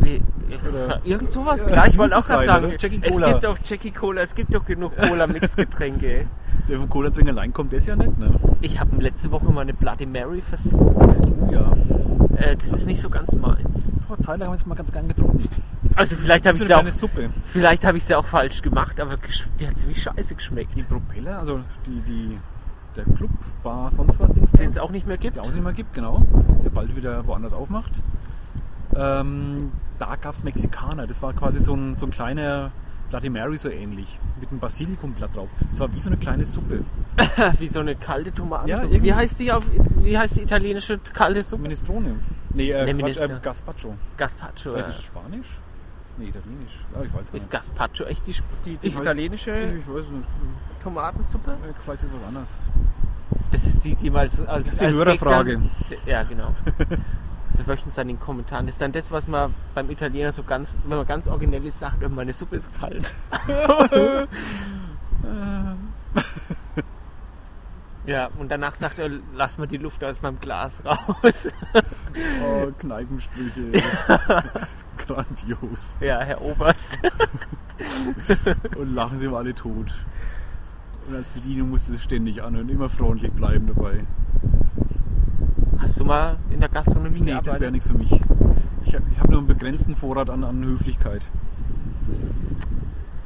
Speaker 2: Nee,
Speaker 1: Oder-
Speaker 2: äh, irgend sowas.
Speaker 1: Ja,
Speaker 2: Ja, ich
Speaker 1: muss
Speaker 2: wollte auch
Speaker 1: es
Speaker 2: gerade
Speaker 1: sein,
Speaker 2: sagen,
Speaker 1: oder? Jackie
Speaker 2: es
Speaker 1: Cola.
Speaker 2: gibt doch Jackie Cola, es gibt doch genug Cola-Mixgetränke.
Speaker 1: Der vom Cola-Trinker allein kommt, der ist ja nett, ne?
Speaker 2: ich habe letzte Woche mal eine Bloody Mary versucht.
Speaker 1: Oh ja.
Speaker 2: Äh, das ist nicht so ganz meins.
Speaker 1: Vor einer Zeit lang haben wir es mal ganz gern getrunken.
Speaker 2: Also vielleicht habe
Speaker 1: so
Speaker 2: ich
Speaker 1: eine
Speaker 2: sie auch,
Speaker 1: kleine Suppe.
Speaker 2: vielleicht habe ich sie auch falsch gemacht, aber gesch- die hat ziemlich scheiße geschmeckt.
Speaker 1: Die Propeller, also die, die, der Club, Bar, sonst was, Dings,
Speaker 2: Den es auch nicht mehr gibt.
Speaker 1: der auch nicht mehr gibt, genau, der bald wieder woanders aufmacht. Ähm, da gab es Mexikaner, das war quasi so ein, so ein kleiner Bloody Mary so ähnlich, mit einem Basilikumblatt drauf. Das war wie so eine kleine Suppe,
Speaker 2: Wie so eine kalte Tomate.
Speaker 1: Ja,
Speaker 2: so.
Speaker 1: irgendwie.
Speaker 2: Wie heißt die auf, wie heißt die italienische kalte
Speaker 1: so
Speaker 2: Suppe?
Speaker 1: Minestrone. Nee, äh,
Speaker 2: Nee,
Speaker 1: Quatsch,
Speaker 2: Minestrone.
Speaker 1: äh, Gazpacho.
Speaker 2: Gazpacho.
Speaker 1: Ist
Speaker 2: ja.
Speaker 1: es Spanisch? Nee, Italienisch. Ja, ich weiß gar
Speaker 2: Ist
Speaker 1: nicht.
Speaker 2: Gazpacho echt die, die, die
Speaker 1: Ich weiß- Ich,
Speaker 2: italienische
Speaker 1: ich weiß nicht.
Speaker 2: Tomatensuppe?
Speaker 1: Äh, Vielleicht ist was anderes.
Speaker 2: Das ist die, die mal als, als
Speaker 1: Das ist die
Speaker 2: als
Speaker 1: Hörerfrage.
Speaker 2: Gegner- Ja, genau. Wir möchten es dann in den Kommentaren. Das ist dann das, was man beim Italiener so ganz, wenn man ganz originell ist, sagt, oh, meine Suppe ist kalt. Äh. ja, und danach sagt er, lass mal die Luft aus meinem Glas raus.
Speaker 1: Oh, Kneipensprüche. Grandios.
Speaker 2: ja, Herr Oberst.
Speaker 1: Und lachen sie immer alle tot. Und als Bedienung musste sie ständig anhören, immer freundlich bleiben dabei.
Speaker 2: Hast du mal in der Gastronomie
Speaker 1: Nee, das
Speaker 2: gearbeitet?
Speaker 1: wäre nichts für mich. Ich habe ich hab nur einen begrenzten Vorrat an, an Höflichkeit.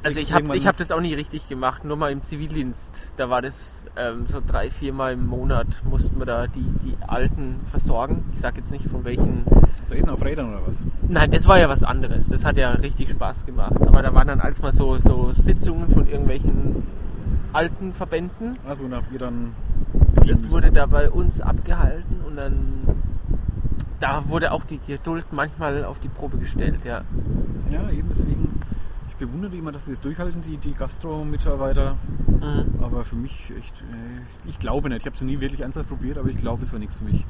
Speaker 2: Also ich habe
Speaker 1: irgendwann-
Speaker 2: ich hab das auch nicht richtig gemacht, nur mal im Zivildienst. Da war das ähm, so drei, viermal im Monat mussten wir da die, die Alten versorgen. Ich sag jetzt nicht von welchen.
Speaker 1: So Essen auf Rädern oder was?
Speaker 2: Nein, das war ja was anderes. Das hat ja richtig Spaß gemacht. Aber da waren dann alles mal so, so Sitzungen von irgendwelchen alten Verbänden.
Speaker 1: Also nach ihr dann.
Speaker 2: Das wurde da bei uns abgehalten und dann da wurde auch die Geduld manchmal auf die Probe gestellt, ja.
Speaker 1: Ja, eben deswegen. Ich bewundere immer, dass sie das durchhalten, die, die Gastro-Mitarbeiter.
Speaker 2: Mhm.
Speaker 1: Aber für mich echt. Äh, ich glaube nicht. Ich habe es nie wirklich ernsthaft probiert, aber ich glaube, es war nichts für mich.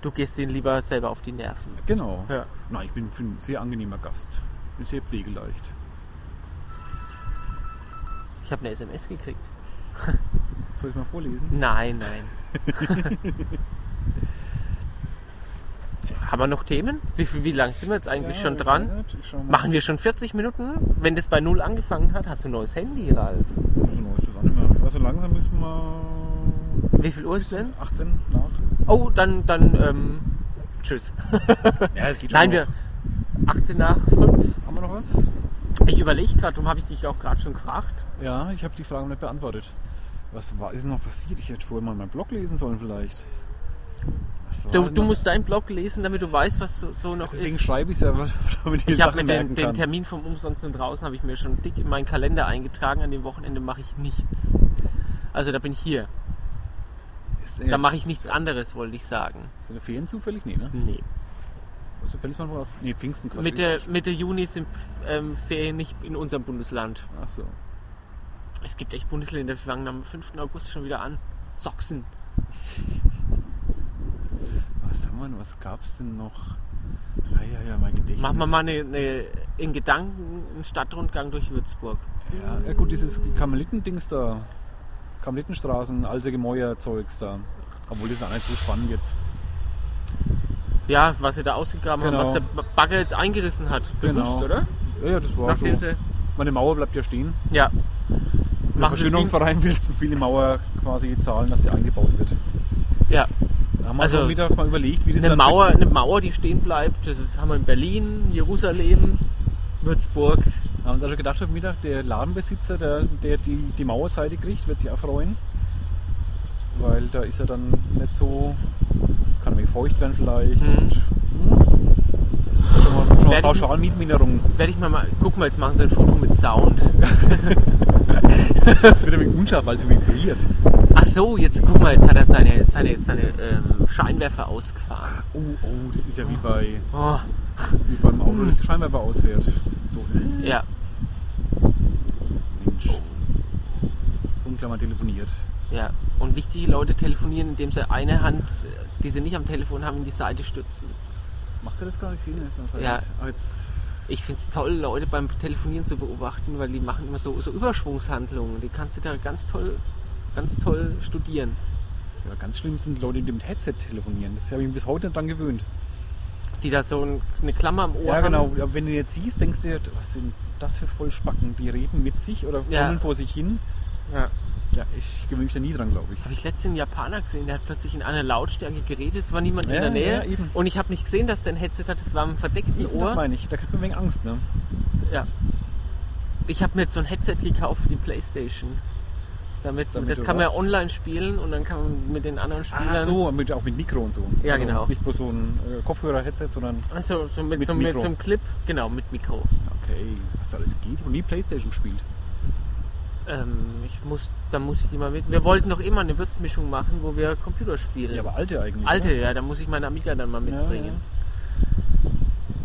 Speaker 2: Du gehst denen lieber selber auf die Nerven.
Speaker 1: Genau.
Speaker 2: Ja.
Speaker 1: Nein, ich bin für ein sehr angenehmer Gast. Bin sehr pflegeleicht.
Speaker 2: Ich 'ne habe eine SMS gekriegt.
Speaker 1: Soll ich mal vorlesen?
Speaker 2: Nein, nein. Haben wir noch Themen? Wie, viel- wie lang sind wir jetzt eigentlich schon dran? Machen wir schon 40 Minuten? Wenn das bei Null angefangen hat, hast du ein neues Handy, Ralf.
Speaker 1: wir. So neu ist das auch nicht mehr. Also langsam müssen wir.
Speaker 2: Wie viel Uhr ist denn?
Speaker 1: 18 nach.
Speaker 2: Oh, dann, dann, ähm, tschüss.
Speaker 1: Ja, es geht
Speaker 2: Nein, wir, 18 nach 5.
Speaker 1: Haben wir noch was?
Speaker 2: Ich überlege gerade, darum habe ich dich auch gerade schon gefragt.
Speaker 1: Ja, ich habe die Frage nicht beantwortet. Was war, ist noch passiert? Ich hätte vorher mal meinen Blog lesen sollen vielleicht. Was war
Speaker 2: Du,
Speaker 1: denn
Speaker 2: du
Speaker 1: noch?
Speaker 2: musst deinen Blog lesen, damit du weißt, was so, so noch
Speaker 1: Deswegen
Speaker 2: ist.
Speaker 1: schreibe ich es ja, damit ich die
Speaker 2: Ich habe
Speaker 1: Sachen
Speaker 2: mir
Speaker 1: merken
Speaker 2: den, den
Speaker 1: kann.
Speaker 2: Termin vom Umsonst und draußen habe ich mir schon dick in meinen Kalender eingetragen. An dem Wochenende mache ich nichts. Also da bin ich hier.
Speaker 1: ist,
Speaker 2: Da mache ich nichts anderes, wollte ich sagen.
Speaker 1: Sind die Ferien zufällig? Nee, ne?
Speaker 2: Nee.
Speaker 1: Also fällt man wohl auf. Nee, Pfingsten Quatsch.
Speaker 2: Mitte,
Speaker 1: Ist-
Speaker 2: Mitte Juni sind ähm, Ferien nicht in unserem Bundesland.
Speaker 1: Ach so.
Speaker 2: Es gibt echt Bundesländer, die fangen am 5. August schon wieder an. Sachsen.
Speaker 1: Was haben wir denn? Was gab's denn noch? Ah, ja, ja, mein Gedächtnis.
Speaker 2: Machen wir mal eine, eine, in Gedanken einen Stadtrundgang durch Würzburg.
Speaker 1: Ja, ja gut, dieses Karmelitendings da. Karmelitenstraßen, alte Gemäuer-Zeugs da. Obwohl, das ist auch nicht so spannend jetzt.
Speaker 2: Ja, was sie da ausgegraben
Speaker 1: Genau.
Speaker 2: haben, was der Bagger jetzt eingerissen hat. Bewusst,
Speaker 1: Genau.
Speaker 2: oder?
Speaker 1: Ja, ja, das war
Speaker 2: Nachdem
Speaker 1: so.
Speaker 2: sie.
Speaker 1: Meine Mauer bleibt ja stehen.
Speaker 2: Ja.
Speaker 1: Der
Speaker 2: Machen sie das Ding-
Speaker 1: Verschönerungsverein will so viele Mauer quasi zahlen, dass sie eingebaut wird.
Speaker 2: Ja.
Speaker 1: Da haben wir
Speaker 2: Also,
Speaker 1: also, am Mittag mal überlegt, wie das
Speaker 2: Eine
Speaker 1: dann
Speaker 2: Mauer, eine Mauer, die stehen bleibt, das ist, haben wir in Berlin, Jerusalem, Würzburg.
Speaker 1: Wird. Haben wir schon gedacht am Mittag, der Ladenbesitzer, der, der die, die Mauerseite kriegt, wird sich auch freuen. Weil da ist er dann nicht so, kann nämlich feucht werden vielleicht.
Speaker 2: Mhm.
Speaker 1: Und, hm, das ist schon mal, schon mal
Speaker 2: Werd ich-
Speaker 1: pauschal Mietminderung.
Speaker 2: Werde ich mal, mal gucken, wir jetzt machen sie ein Foto mit Sound.
Speaker 1: Das ist wieder mit unscharf, weil es vibriert.
Speaker 2: Ach so, jetzt guck mal, jetzt hat er seine, seine, seine ähm, Scheinwerfer ausgefahren.
Speaker 1: Oh, oh, das ist ja wie, bei,
Speaker 2: Oh,
Speaker 1: wie beim Auto, das die Scheinwerfer ausfährt. So,
Speaker 2: ja,
Speaker 1: Mensch. Unklammer telefoniert.
Speaker 2: ja. Und wichtige Leute telefonieren, indem sie eine Hand, äh, die sie nicht am Telefon haben, in die Seite stützen.
Speaker 1: Macht er das gar nicht? Ich sehe ihn jetzt noch seit-
Speaker 2: Ja.
Speaker 1: Ah, jetzt
Speaker 2: Ich find's toll, Leute beim Telefonieren zu beobachten, weil die machen immer so, so Überschwungshandlungen. Die kannst du da ganz toll, ganz toll studieren.
Speaker 1: Ja, ganz schlimm sind Leute, die mit Headset telefonieren. Das habe ich mir bis heute nicht dran gewöhnt.
Speaker 2: Die da so ein, eine Klammer am Ohr
Speaker 1: ja,
Speaker 2: haben.
Speaker 1: genau. Ja, Wenn du jetzt siehst, denkst du, dir, was sind das für Vollspacken? Die reden mit sich oder
Speaker 2: Ja.
Speaker 1: kommen vor sich hin.
Speaker 2: Ja.
Speaker 1: Ja, ich gewöhne mich da nie dran, glaube ich.
Speaker 2: Habe ich letztens einen Japaner gesehen, der hat plötzlich in einer Lautstärke geredet, es war niemand
Speaker 1: Ja,
Speaker 2: in der Nähe.
Speaker 1: ja, eben.
Speaker 2: und ich habe nicht gesehen, dass der ein Headset hat, es war am verdeckten
Speaker 1: Eben, Das
Speaker 2: Ohr.
Speaker 1: meine ich. Da kriegt man wegen Angst, ne?
Speaker 2: Ja. Ich habe mir jetzt so ein Headset gekauft für die Playstation. Damit,
Speaker 1: Damit
Speaker 2: das
Speaker 1: du
Speaker 2: kann man ja
Speaker 1: was?
Speaker 2: online spielen und dann kann man mit den anderen Spielern.
Speaker 1: Ah, so, mit, auch mit Mikro und so.
Speaker 2: Ja,
Speaker 1: also
Speaker 2: genau.
Speaker 1: Nicht bloß so ein äh, Kopfhörer-Headset, sondern
Speaker 2: Also so mit,
Speaker 1: Mit
Speaker 2: so, mit
Speaker 1: Mikro.
Speaker 2: so einem Clip, genau, mit Mikro.
Speaker 1: okay, was da alles geht. Ich habe nie Playstation gespielt.
Speaker 2: Ähm, ich muss, da muss ich immer mit. Wir wollten doch immer eine Würzmischung machen, wo wir Computerspiele.
Speaker 1: Ja, aber alte eigentlich.
Speaker 2: Alte,
Speaker 1: oder?
Speaker 2: ja, da muss ich meine Amiga dann mal
Speaker 1: ja,
Speaker 2: mitbringen.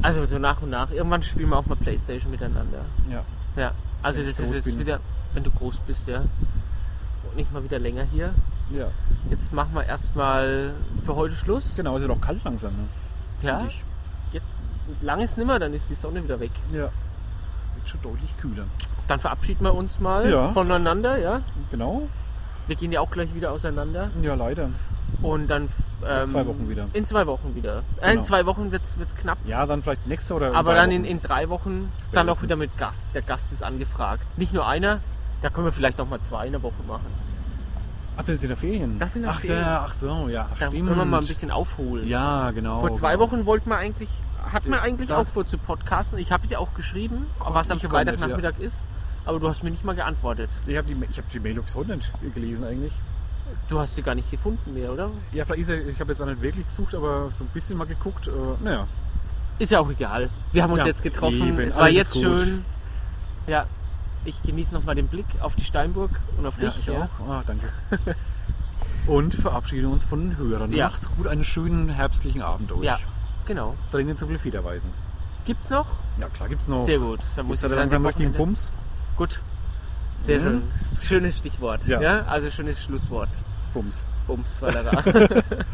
Speaker 2: Also so nach und nach. Irgendwann spielen wir auch mal Playstation miteinander.
Speaker 1: Ja.
Speaker 2: Ja, also
Speaker 1: Wenn ich
Speaker 2: das ist
Speaker 1: groß
Speaker 2: jetzt
Speaker 1: bin.
Speaker 2: wieder, wenn du groß bist, ja. Und nicht mal wieder länger hier.
Speaker 1: ja. ja.
Speaker 2: Jetzt machen wir erstmal für heute Schluss.
Speaker 1: Genau, es wird auch kalt langsam, ne?
Speaker 2: Ja,
Speaker 1: Finde ich.
Speaker 2: jetzt lang ist nimmer, dann ist die Sonne wieder weg.
Speaker 1: Ja. Wird schon deutlich kühler.
Speaker 2: Dann verabschieden wir uns mal
Speaker 1: Ja.
Speaker 2: voneinander, ja.
Speaker 1: Genau.
Speaker 2: Wir gehen ja auch gleich wieder auseinander.
Speaker 1: Ja, leider.
Speaker 2: Und dann. Ähm,
Speaker 1: zwei Wochen wieder.
Speaker 2: In zwei Wochen wieder. Äh, in
Speaker 1: Genau.
Speaker 2: zwei Wochen wird es knapp.
Speaker 1: Ja, dann vielleicht nächste oder in
Speaker 2: Aber
Speaker 1: drei
Speaker 2: dann in,
Speaker 1: Wochen.
Speaker 2: in drei Wochen dann auch wieder
Speaker 1: Spätestens.
Speaker 2: mit Gast. Der Gast ist angefragt. Nicht nur einer, da können wir vielleicht noch mal zwei in der Woche machen.
Speaker 1: Ach, das sind ja Ferien.
Speaker 2: Das sind ja
Speaker 1: ach,
Speaker 2: Ferien.
Speaker 1: Ja, ach so, ja,
Speaker 2: Da
Speaker 1: stimmt.
Speaker 2: können wir mal ein bisschen aufholen.
Speaker 1: Ja, genau.
Speaker 2: Vor zwei
Speaker 1: genau.
Speaker 2: Wochen wollten wir eigentlich, hat man eigentlich
Speaker 1: Da-
Speaker 2: auch vor zu podcasten. Ich habe dir auch geschrieben,
Speaker 1: Komm,
Speaker 2: was am
Speaker 1: ich komm mit,
Speaker 2: Freitagnachmittag ist. Aber du hast mir nicht mal geantwortet.
Speaker 1: Ich habe die, ich hab die Mail bis heute nicht gelesen eigentlich.
Speaker 2: Du hast sie gar nicht gefunden mehr, oder?
Speaker 1: Ja, vielleicht ist er, ich habe jetzt auch nicht wirklich gesucht, aber so ein bisschen mal geguckt. Äh, naja,
Speaker 2: Ist ja auch egal. Wir haben uns
Speaker 1: Ja,
Speaker 2: jetzt getroffen.
Speaker 1: eben,
Speaker 2: es war
Speaker 1: alles
Speaker 2: jetzt
Speaker 1: ist gut.
Speaker 2: schön. Ja, ich genieße nochmal den Blick auf die Steinburg und auf
Speaker 1: ja,
Speaker 2: dich.
Speaker 1: ich auch. Ah, danke. Und verabschieden uns von den Hörern.
Speaker 2: Ja.
Speaker 1: Macht's gut, einen schönen herbstlichen Abend euch.
Speaker 2: ja, genau.
Speaker 1: Drinnen zu viel Federweisen.
Speaker 2: Gibt's noch?
Speaker 1: Ja, klar gibt's noch.
Speaker 2: Sehr gut. Dann muss
Speaker 1: Muss
Speaker 2: ich
Speaker 1: er
Speaker 2: sagen,
Speaker 1: langsam richtig
Speaker 2: Wochenende-
Speaker 1: Bums?
Speaker 2: Gut. Sehr
Speaker 1: Mhm.
Speaker 2: schön. Schönes Stichwort.
Speaker 1: Ja.
Speaker 2: Ja. Also schönes Schlusswort.
Speaker 1: Bums.
Speaker 2: Bums, war da.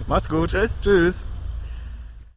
Speaker 1: Macht's gut.
Speaker 2: Tschüss.
Speaker 1: Tschüss.